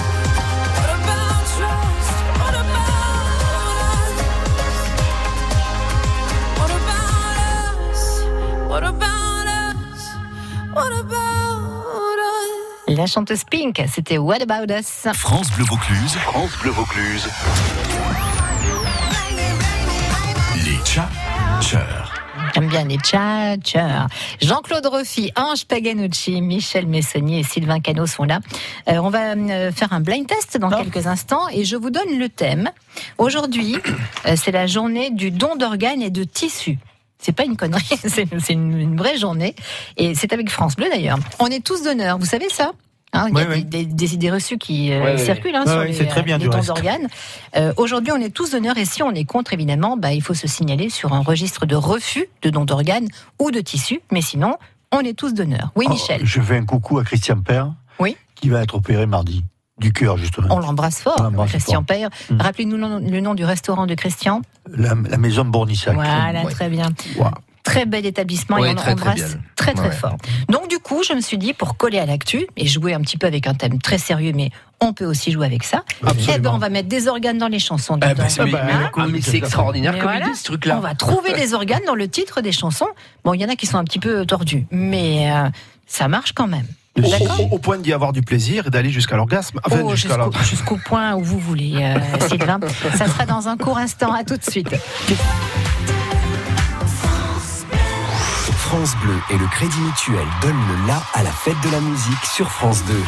What about trust? What about us? What about us? What about us? What about us?
La chanteuse Pink, c'était What About Us.
France Bleu Vaucluse. France Bleu Vaucluse. Les tchatcheurs.
J'aime bien les tchatcheurs. Jean-Claude Roffi, Ange Paganucci, Michel Messonnier et Sylvain Cano sont là. Euh, on va euh, faire un blind test dans quelques instants et je vous donne le thème. Aujourd'hui, euh, c'est la journée du don d'organes et de tissus. C'est pas une connerie, c'est c'est une, une vraie journée. Et c'est avec France Bleu d'ailleurs. On est tous d'honneur, vous savez ça Hein, il y a
Oui, oui.
des, des- des idées reçues qui euh,
Ouais, ouais,
circulent hein,
ouais.
sur
Ouais,
les,
c'est très bien,
euh, les
du
dons
reste.
d'organes. Euh, Aujourd'hui, on est tous donneurs et si on est contre, évidemment, bah, il faut se signaler sur un registre de refus de dons d'organes ou de tissus, mais sinon, on est tous donneurs. Oui,
Oh,
Michel,
Je fais un coucou à Christian Père,
Oui.
qui va être opéré mardi, du cœur justement.
on l'embrasse
Ah, On
fort,
l'embrasse
Christian
fort.
Père.
Mm.
Rappelez-nous le nom- le nom du restaurant de Christian.
La, la maison Bournissac.
Voilà,
Ouais.
très bien. Très bel établissement
Ouais,
et on
très, très
embrasse
bien.
très très
Ouais.
fort. Donc du coup, je me suis dit pour coller à l'actu et jouer un petit peu avec un thème très sérieux, mais on peut aussi jouer avec ça.
Absolument.
Eh ben, on va mettre des organes dans les chansons.
Eh ben,
dedans.
c'est- mais- Ah bah, mais- écoute, ah, mais c'est extraordinaire
Mais
comme idée, ce truc-là.
On va trouver des organes dans le titre des chansons. Bon, il y en a qui sont un petit peu tordus, mais euh, ça marche quand même.
Au,
D'accord.
au- au point d'y avoir du plaisir et d'aller jusqu'à l'orgasme. Enfin,
Oh,
jusqu'à
jusqu'au
la-
jusqu'au point où vous voulez, euh, Sylvain. Ça sera dans un court instant. À tout de suite.
France Bleu et le Crédit Mutuel donnent le la à la fête de la musique sur France 2.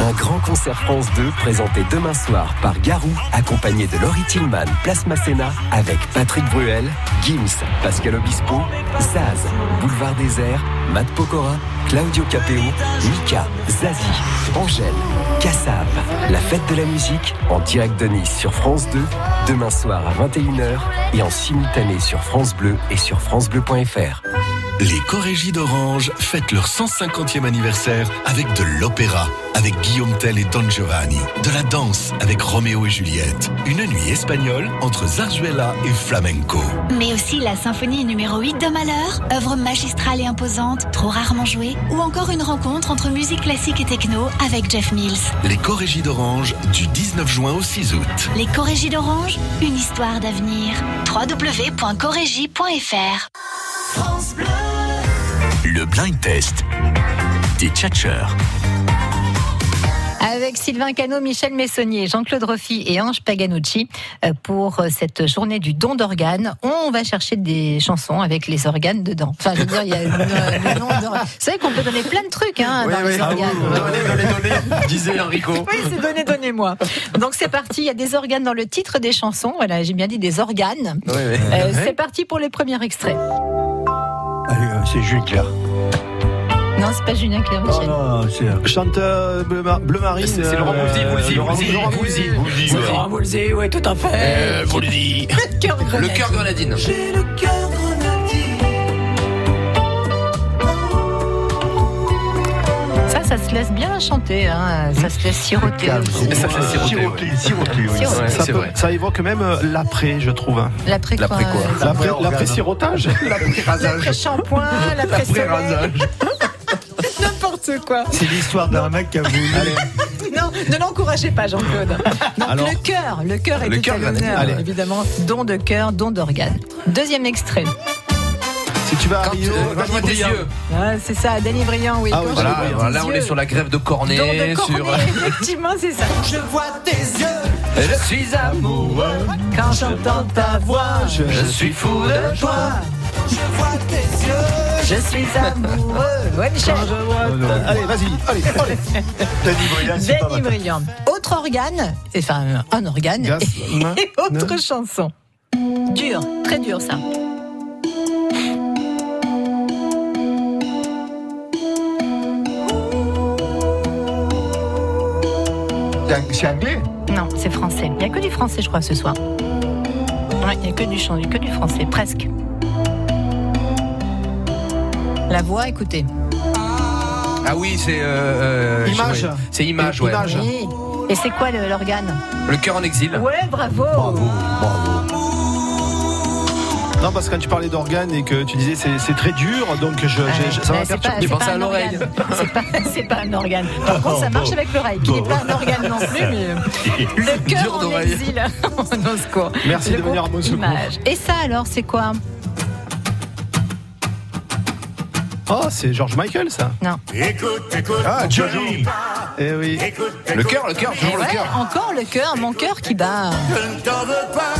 Un grand concert France 2 présenté demain soir par Garou, accompagné de Laurie Tillman, Place Masséna, avec Patrick Bruel, Gims, Pascal Obispo, Zaz, Boulevard Désert, Matt Pokora, Claudio Capéo, Mika, Zazie, Angèle, Kassav. La fête de la musique en direct de Nice sur France 2, demain soir à 21h et en simultané sur France Bleu et sur FranceBleu.fr.
Les Corégies d'Orange fêtent leur 150e anniversaire avec de l'opéra, avec Guillaume Tell et Don Giovanni, de la danse avec Roméo et Juliette, une nuit espagnole entre Zarzuela et Flamenco.
Mais aussi la symphonie numéro 8 de Malheur, œuvre magistrale et imposante, trop rarement jouée, ou encore une rencontre entre musique classique et techno avec Jeff Mills.
Les Corégies d'Orange du 19 juin au 6 août.
Les Corégies d'Orange, une histoire d'avenir. www.corégie.fr France Bleu
Le blind test des tchatchers.
Avec Sylvain Cano, Michel Messonnier, Jean-Claude Roffi et Ange Paganucci euh, pour euh, cette journée du don d'organes. On va chercher des chansons avec les organes dedans. Enfin, je veux dire, il y a une, euh, le nom d'or- Vous savez qu'on peut donner plein de trucs hein, dans
Ah
les organes.
disait Enrico.
Oui, c'est donné, donnez-moi. Donc c'est parti, il y a des organes dans le titre des chansons. Voilà, j'ai bien dit des organes.
Ouais, ouais.
Ouais.
Euh, c'est parti pour les premiers extraits.
Allez, euh, c'est Jules Claire.
Non, c'est pas Julien Clerc, Michel.
Ah, c'est euh,
Chanteur Bleu, Mar- Bleu Marine. euh,
C'est- c'est Laurent Voulzy, Voulzy, Voulzy, Voulzy, Voulzy. Laurent
Voulzy, oui, tout à
fait. Euh, Voulzy.
Le cœur
Le cœur grenadine.
J'ai le cœur
Ça, ça se laisse bien chanter, hein. ça se laisse siroter. aussi.
Ça, c'est siroté, ouais.
Siroté.
Ça
C'est
peut-
vrai.
ça évoque même euh, l'après, je
hein.
trouve.
L'après quoi, L'après quoi euh,
L'après- L'après sirotage
L'après shampoing, l'après soleil, n'importe quoi.
C'est l'histoire d'un mec qui a voulu.
Non, ne l'encouragez pas, Jean-Claude. Donc
Alors,
le cœur, le cœur est
le
tout
cœur,
à
Grenadine.
l'honneur,
Allez.
évidemment. Don de cœur, don d'organe. Deuxième extrait.
Si tu vas à Rio,
euh,
Dany
quand je vois tes
Briand.
yeux.
Ah, c'est ça, Danny Briand, oui.
Ah
Quand
Ah Voilà,
je vois
alors
tes
là on est
yeux.
sur la grève de Cornet,
Don de
sur.
Cornet, effectivement, c'est ça. Je vois tes yeux
Je suis amoureux.
quand j'entends ta voix.
Je, suis fou de toi.
Je vois tes yeux.
Je suis amoureux. Ouais, Michel.
Allez, vas-y, allez, allez.
Denis Briand, c'est pas
Danny
mal.
Briand. Autre organe, enfin un organe,
Gas, main,
et autre chanson. Dur, très dur ça.
C'est ang- C'est anglais
Non, c'est français. Il n'y a que du français, je crois, ce soir. Ouais, il n'y a que du chant, il n'y a que du français, presque. La voix, écoutez.
Ah oui, c'est. euh, euh,
Image.
je- ouais. C'est image, ouais.
Oui. Et c'est quoi le- l'organe
Le cœur en exil.
Ouais, bravo.
Non, parce que quand tu parlais d'organes et que tu disais c'est c'est très dur, donc je, je- je- ça
Ouais,
m'a
Bah, c'est pas-
perturbé.
c'est pas un organe. C'est pas, c'est pas un organe. Par contre, ça marche avec l'oreille, qui n'est pas un organe non plus, mais le
Dur
cœur en
d'oreille.
exil. Au secours.
Merci
Le
de venir à
groupe
mon secours.
Image. Et ça alors, c'est quoi
Oh, c'est George Michael, ça.
Non.
Écoute, écoute. Ah, Johnny. Eh oui.
Le cœur, le cœur, toujours
Eh
le
ouais,
cœur.
Encore le cœur, mon cœur qui bat.
Je ne t'en veux pas,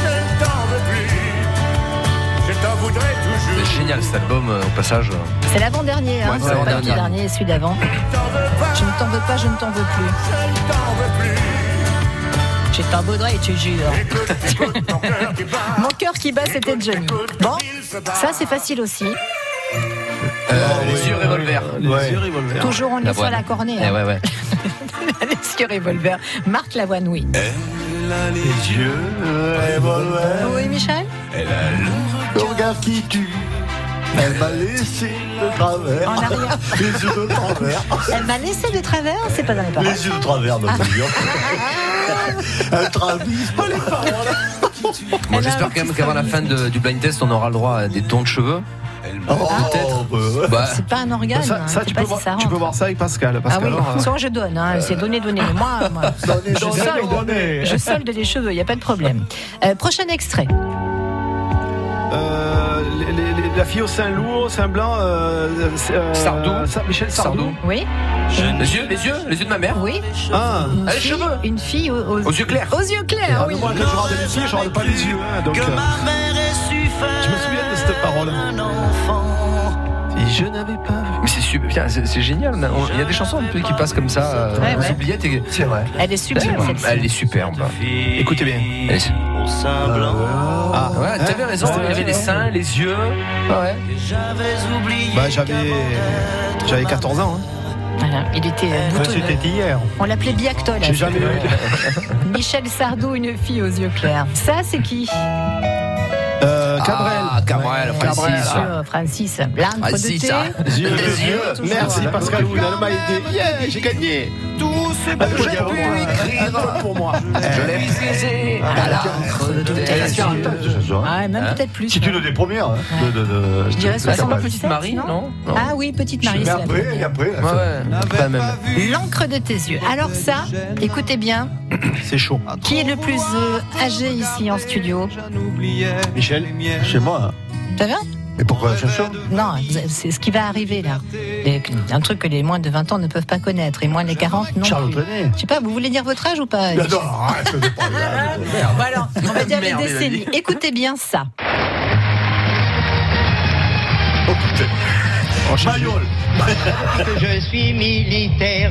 je ne t'en veux plus. Je t'en voudrais toujours.
C'est génial cet album euh, au passage.
C'est l'avant-dernier, hein,
Ouais,
c'est
c'est
pas le
l'avant-dernier.
tout dernier et celui d'avant. Je ne t'en veux pas, je ne t'en veux plus. Je t'en voudrais et tu jures. Mon cœur qui bat, c'était Johnny. Bon, ça c'est facile aussi.
Euh, les yeux revolver. revolver.
Les yeux revolver.
Toujours on est sur la cornée.
Eh
hein.
ouais, ouais.
Les yeux revolver. Marc Lavoine, oui.
Les yeux, le revolver.
Oui, Michel
Elle a le regard qui tue. Elle m'a laissé de travers.
En arrière.
Les yeux de travers.
Elle m'a laissé de travers, c'est pas dans les paroles. Ah.
Les yeux de travers, notre Un travis, pas les paroles.
Bon, j'espère quand même qu'avant la fin de- du blind test, on aura le droit à des dons de cheveux.
Oh.
Peut-être. Bah,
Ah. C'est pas un organe.
Ça-
hein,
ça,
c'est
tu
pas
peux
si
voir-
ça
tu peux
rentre.
voir ça avec Pascal.
Ah
Pascal
oui,
alors, euh,
souvent je donne, hein, c'est donner, donner. Moi, moi,
Donner,
je
donner,
solde.
donner.
je solde les cheveux, il n'y a pas de problème. Euh, prochain extrait.
Euh, les- les- les- la fille au sein lourd, sein blanc, euh, c'est, euh,
Sardou.
Sa- Michel Sardou.
Oui.
les yeux, les yeux, les yeux de ma mère.
Oui.
Ah,
Une
Ah, les
fille-
cheveux.
Une fille aux,
Aux yeux clairs.
Aux yeux clairs, oui.
Moi, quand je regarde les yeux,
Ah,
je regarde pas les yeux. hein, donc, euh, je me souviens de cette parole. Et je n'avais pas vu.
Mais c'est super, putain, c'est c'est génial. on- Il y a des chansons un peu qui passent comme ça, euh,
Ouais,
aux
ouais.
oubliettes. Et... C'est vrai.
Elle est sublime, celle-ci.
Elle est superbe.
Écoutez bien.
Elle est- Ah, ouais, t'avais raison.
Ouais,
il y avait
ouais,
les
ouais.
seins, les yeux. Ouais.
Bah, j'avais, j'avais 14 ans. hein.
Voilà, il était euh, boutonneux.
hier.
On l'appelait Biactol.
J'ai jamais eu.
Michel Sardou, une fille aux yeux clairs. Ça, c'est qui
Euh, Ah, Cabrel.
Ah, Cabrel,
Bien
Francis.
sûr, Francis. L'âme de
Francis,
thé.
ça.
Les yeux.
Les Ah, yeux.
Toujours.
Merci Pascal, vous m'a aidé. Yeah, j'ai gagné. Tout ce que j'ai pour moi. Un peu pour moi.
Je l'ai brisé à l'encre de tes
Elle a
yeux.
40 ans, ce soir.
Ah, même
Hein
peut-être plus.
C'est une des premières. hein, de- de- de-
Je dirais
de- de
Ça ressemble à
Capaz.
soixante-dix-sept,
Petite Marie,
non
non Non.
Ah oui, petite Marie.
Mais
c'est la
après,
première.
et après,
Ouais, ouais, pas la même.
L'encre de tes yeux. Alors ça, écoutez bien,
C'est chaud.
qui est le plus euh, âgé ici en studio
Michel,
chez moi.
Ça va
Et pourquoi la chanson
Non, c'est ce qui va arriver là. Les- Un truc que les moins de 20 ans ne peuvent pas connaître, et moins les 40 non.
Charles
plus.
Trenet.
Je sais pas, vous voulez dire votre âge ou pas
Non, non,
hein,
arrête, c'est pas grave.
Bon, alors, on va dire les
Merde, Mélodie.
décennies. Écoutez bien ça.
Mayol.
Je suis militaire.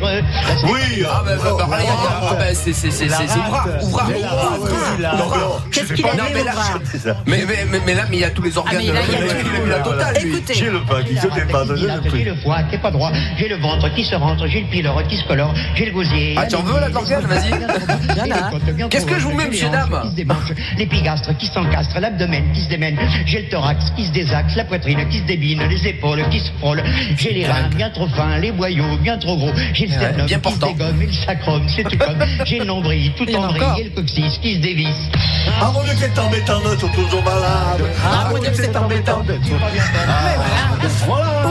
Oui,
Ah, bah, bah, bah,
oh,
bah,
oh,
ah, bah, c'est c'est c'est c'est c'est Oura, Oura,
Mais là,
Oura,
ouais,
Oura.
oui, là, non, non, je
Qu'est-ce
fais
qu'il
pas-
avait
Non, mais
au
là,
bras
je- c'est ça.
Mais mais mais mais là mais il y a tous
Ah,
les organes.
mais là, il y a
il
tout.
il a la totale, lui.
Écoutez.
J'ai le pain qui se débat de
J'ai
le truc.
le foie qui est pas droit, j'ai le ventre qui se rentre, j'ai le pylore qui se colore, j'ai le gosier.
Ah, tu en veux, là, de l'organe, vas-y. Qu'est-ce que je
euh,
vous mets, monsieur, dame
L'épigastre qui s'encastre, l'abdomen qui se démène, j'ai le thorax qui se désaxe, la poitrine qui se débine, les épaules qui se frôlent, j'ai les reins bien trop fins, les boyaux bien trop gros, j'ai le
Ouais,
sternum
bien
qui se
portant.
dégomme et le sacrum, c'est tout comme, j'ai le nombril tout
Il y en a
tendri
encore.
et le coccyx qui se dévisse.
Ah, mon Dieu, qu'est-ce que t'en mets en note, toujours malade.
Ah, mon Dieu, c'est embêtant.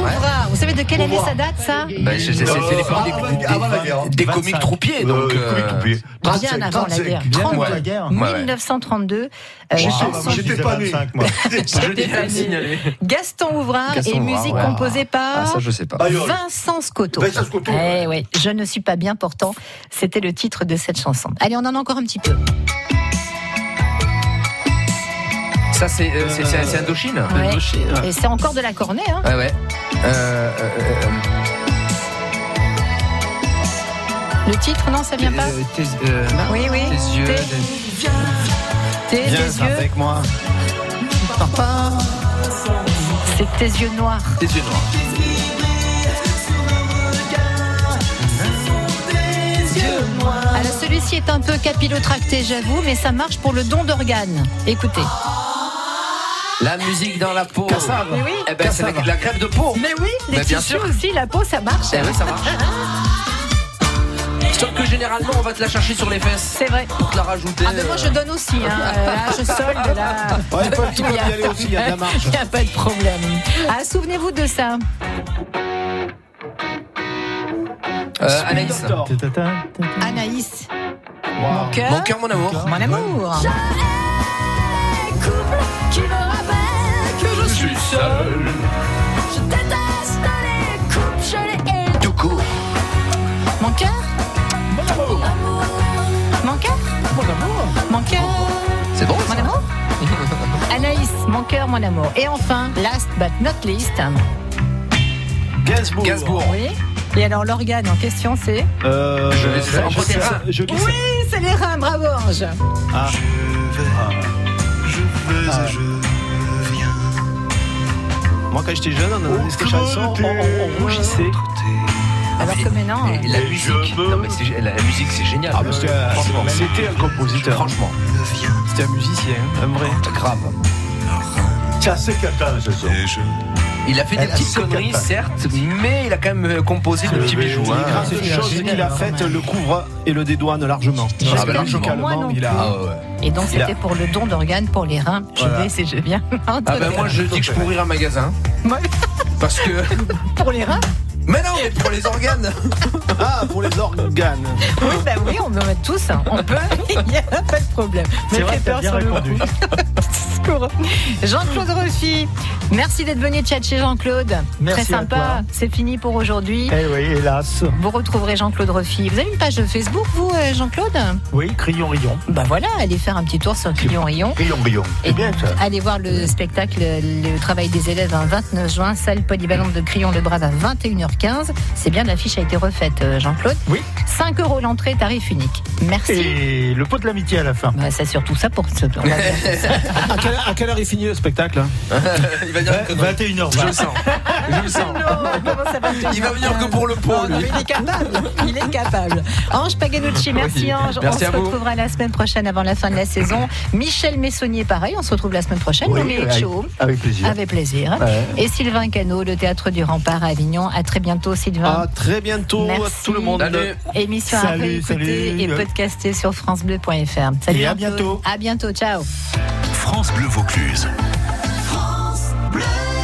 Ouvra, vous savez de quelle année ça date ça
Bah, c'est- c'est- C'était l'époque des-
Avant la- avant la guerre.
des- des, des comiques troupiers, donc.
Euh,
euh,
comique coupé.
Bien
35,
avant la
35.
guerre.
Bien
32.
avant la guerre.
Ouais, ouais.
1932. euh,
J'étais-
Ah, bah, moi, je
J'étais
disais
pas né.
25, moi.
Je l'ai
Stéphanie.
signalé.
Gaston Ouvrard et
Gaston Ouvrard,
musique
ouais.
composée par
Ah, ça, je sais pas.
Bayol.
Vincent Scotto.
Vincent Scotto.
Eh ouais, je ne suis pas bien portant. C'était le titre de cette chanson. Allez, on en a encore un petit peu.
Ça, c'est euh, c'est- c'est- c'est Indochine
Ouais. Et c'est encore de la cornée. Hein.
Ouais, ouais. Euh, euh, euh,
Le titre, non, ça vient pas
euh, tes, euh,
Oui, oui.
tes yeux.
Tes- Tes, tes
viens
yeux,
avec moi.
c'est tes yeux noirs.
Tes yeux noirs.
Alors Ah, celui-ci est un peu capillotracté, j'avoue, mais ça marche pour le don d'organes. Écoutez.
Ah. La musique dans la peau.
Cassave.
Mais oui.
Eh ben, c'est de la crème de peau.
Mais oui, les
Mais bien
tissus
sûr.
aussi, la peau, ça marche.
Eh oui, ça marche. Sauf que généralement, on va te la chercher sur les fesses.
C'est vrai.
Pour te la rajouter.
Ah, mais moi je donne aussi, hein. Euh, là, je solde, là.
Ouais, tu peux- tu peux
Il y a-
y aller aussi, il y a de la marge.
Il n'y a pas de problème. Ah, souvenez-vous de ça.
Euh, Anaïs.
Anaïs,
Wow.
cœur,
Mon cœur, mon amour.
mon amour.
Je suis seul. Tout court.
Mon cœur Mon cœur Oh, Mon cœur
C'est bon,
Mon
ça
amour Anaïs, mon cœur, mon amour. Et enfin, last but not least, hein.
Gainsbourg.
Gainsbourg.
oui. Et alors l'organe en question, c'est
Euh,
Je vais faire un
je
peu
glisse-
terrain.
Je glisse.
Oui, c'est les reins, bravo Ange.
Ah.
Ah.
Moi, quand j'étais jeune, on entendait cette chanson, on, on- on rougissait.
Alors que maintenant.
Et la musique, non, mais c'est- la, la musique c'est génial.
Ah, mais c'était un-
Franchement.
c'était un compositeur.
Franchement.
C'était un musicien, hein, un vrai.
Grave.
C'est assez catin, ce son.
Il a fait des
Elle a
petites
cinq
conneries,
capas.
certes, mais il a quand même euh, composé de petits bijoux. hein.
C'est grâce aux
Ah,
choses qu'il a faites, le couvre et le dédouane largement.
bah,
Parce que
largement.
musicalement,
Moi non
il a.
plus.
Ah, ouais.
Et donc,
Il a-
c'était pour le don d'organes pour les reins. Je
Voilà.
vais, c'est je viens. Ah
Ah ben moi je dis que je peux ouvrir un magasin. Parce que.
Pour les reins
Mais non, mais pour les organes
Ah, pour les organes
Oui, bah oui, on en a tous. hein. On peut, il n'y a pas de problème.
C'est
Me
vrai
fait
que t'as
peur
bien
sur le
répondu.
Secours. Jean-Claude Ruffy, merci d'être venu chez Jean-Claude.
Merci
Très
à
sympa.
toi.
C'est fini pour aujourd'hui.
Eh oui, hélas.
Vous retrouverez Jean-Claude Ruffy. Vous avez une page de Facebook, vous, euh, Jean-Claude
Oui, Crillon Rillon.
Bah voilà, allez faire un petit tour sur Crillon Rayon.
Rayon, rayon. C'est bien, ça.
Allez voir le spectacle Le travail des élèves un 29 juin, salle polyvalente de Crillon-le-Brave à 21h15. C'est bien, l'affiche a été refaite, euh, Jean-Claude.
Oui.
5 euros l'entrée, tarif unique. Merci.
Et le pot de l'amitié à la fin.
Bah, ça surtout ça pour ce on va dire.
à, quelle, à quelle heure est fini le spectacle hein
Il va dire une connerie.
21h20.
Je le sens. Je le sens. Il va venir que pour le pot,
Non, non,
lui.
il est capable. Il est capable. Ange Paganucci, merci
Oui.
Ange.
Merci
on
à
se
vous.
retrouvera la semaine prochaine avant la fin de la saison. Michel Messonnier, pareil, on se retrouve la semaine prochaine.
Oui,
Dans les
avec-
shows.
avec plaisir.
Avec plaisir.
Ouais.
Et Sylvain Cano, le Théâtre du Rempart à Avignon. À très bientôt, Sylvain.
À très bientôt à
Merci.
tout le monde.
Salut.
Émission à
Salut,
réécouter
salut.
et podcastée sur FranceBleu.fr. Salut
Et à
Jean-Claude.
bientôt.
À bientôt, ciao.
France Bleu Vaucluse.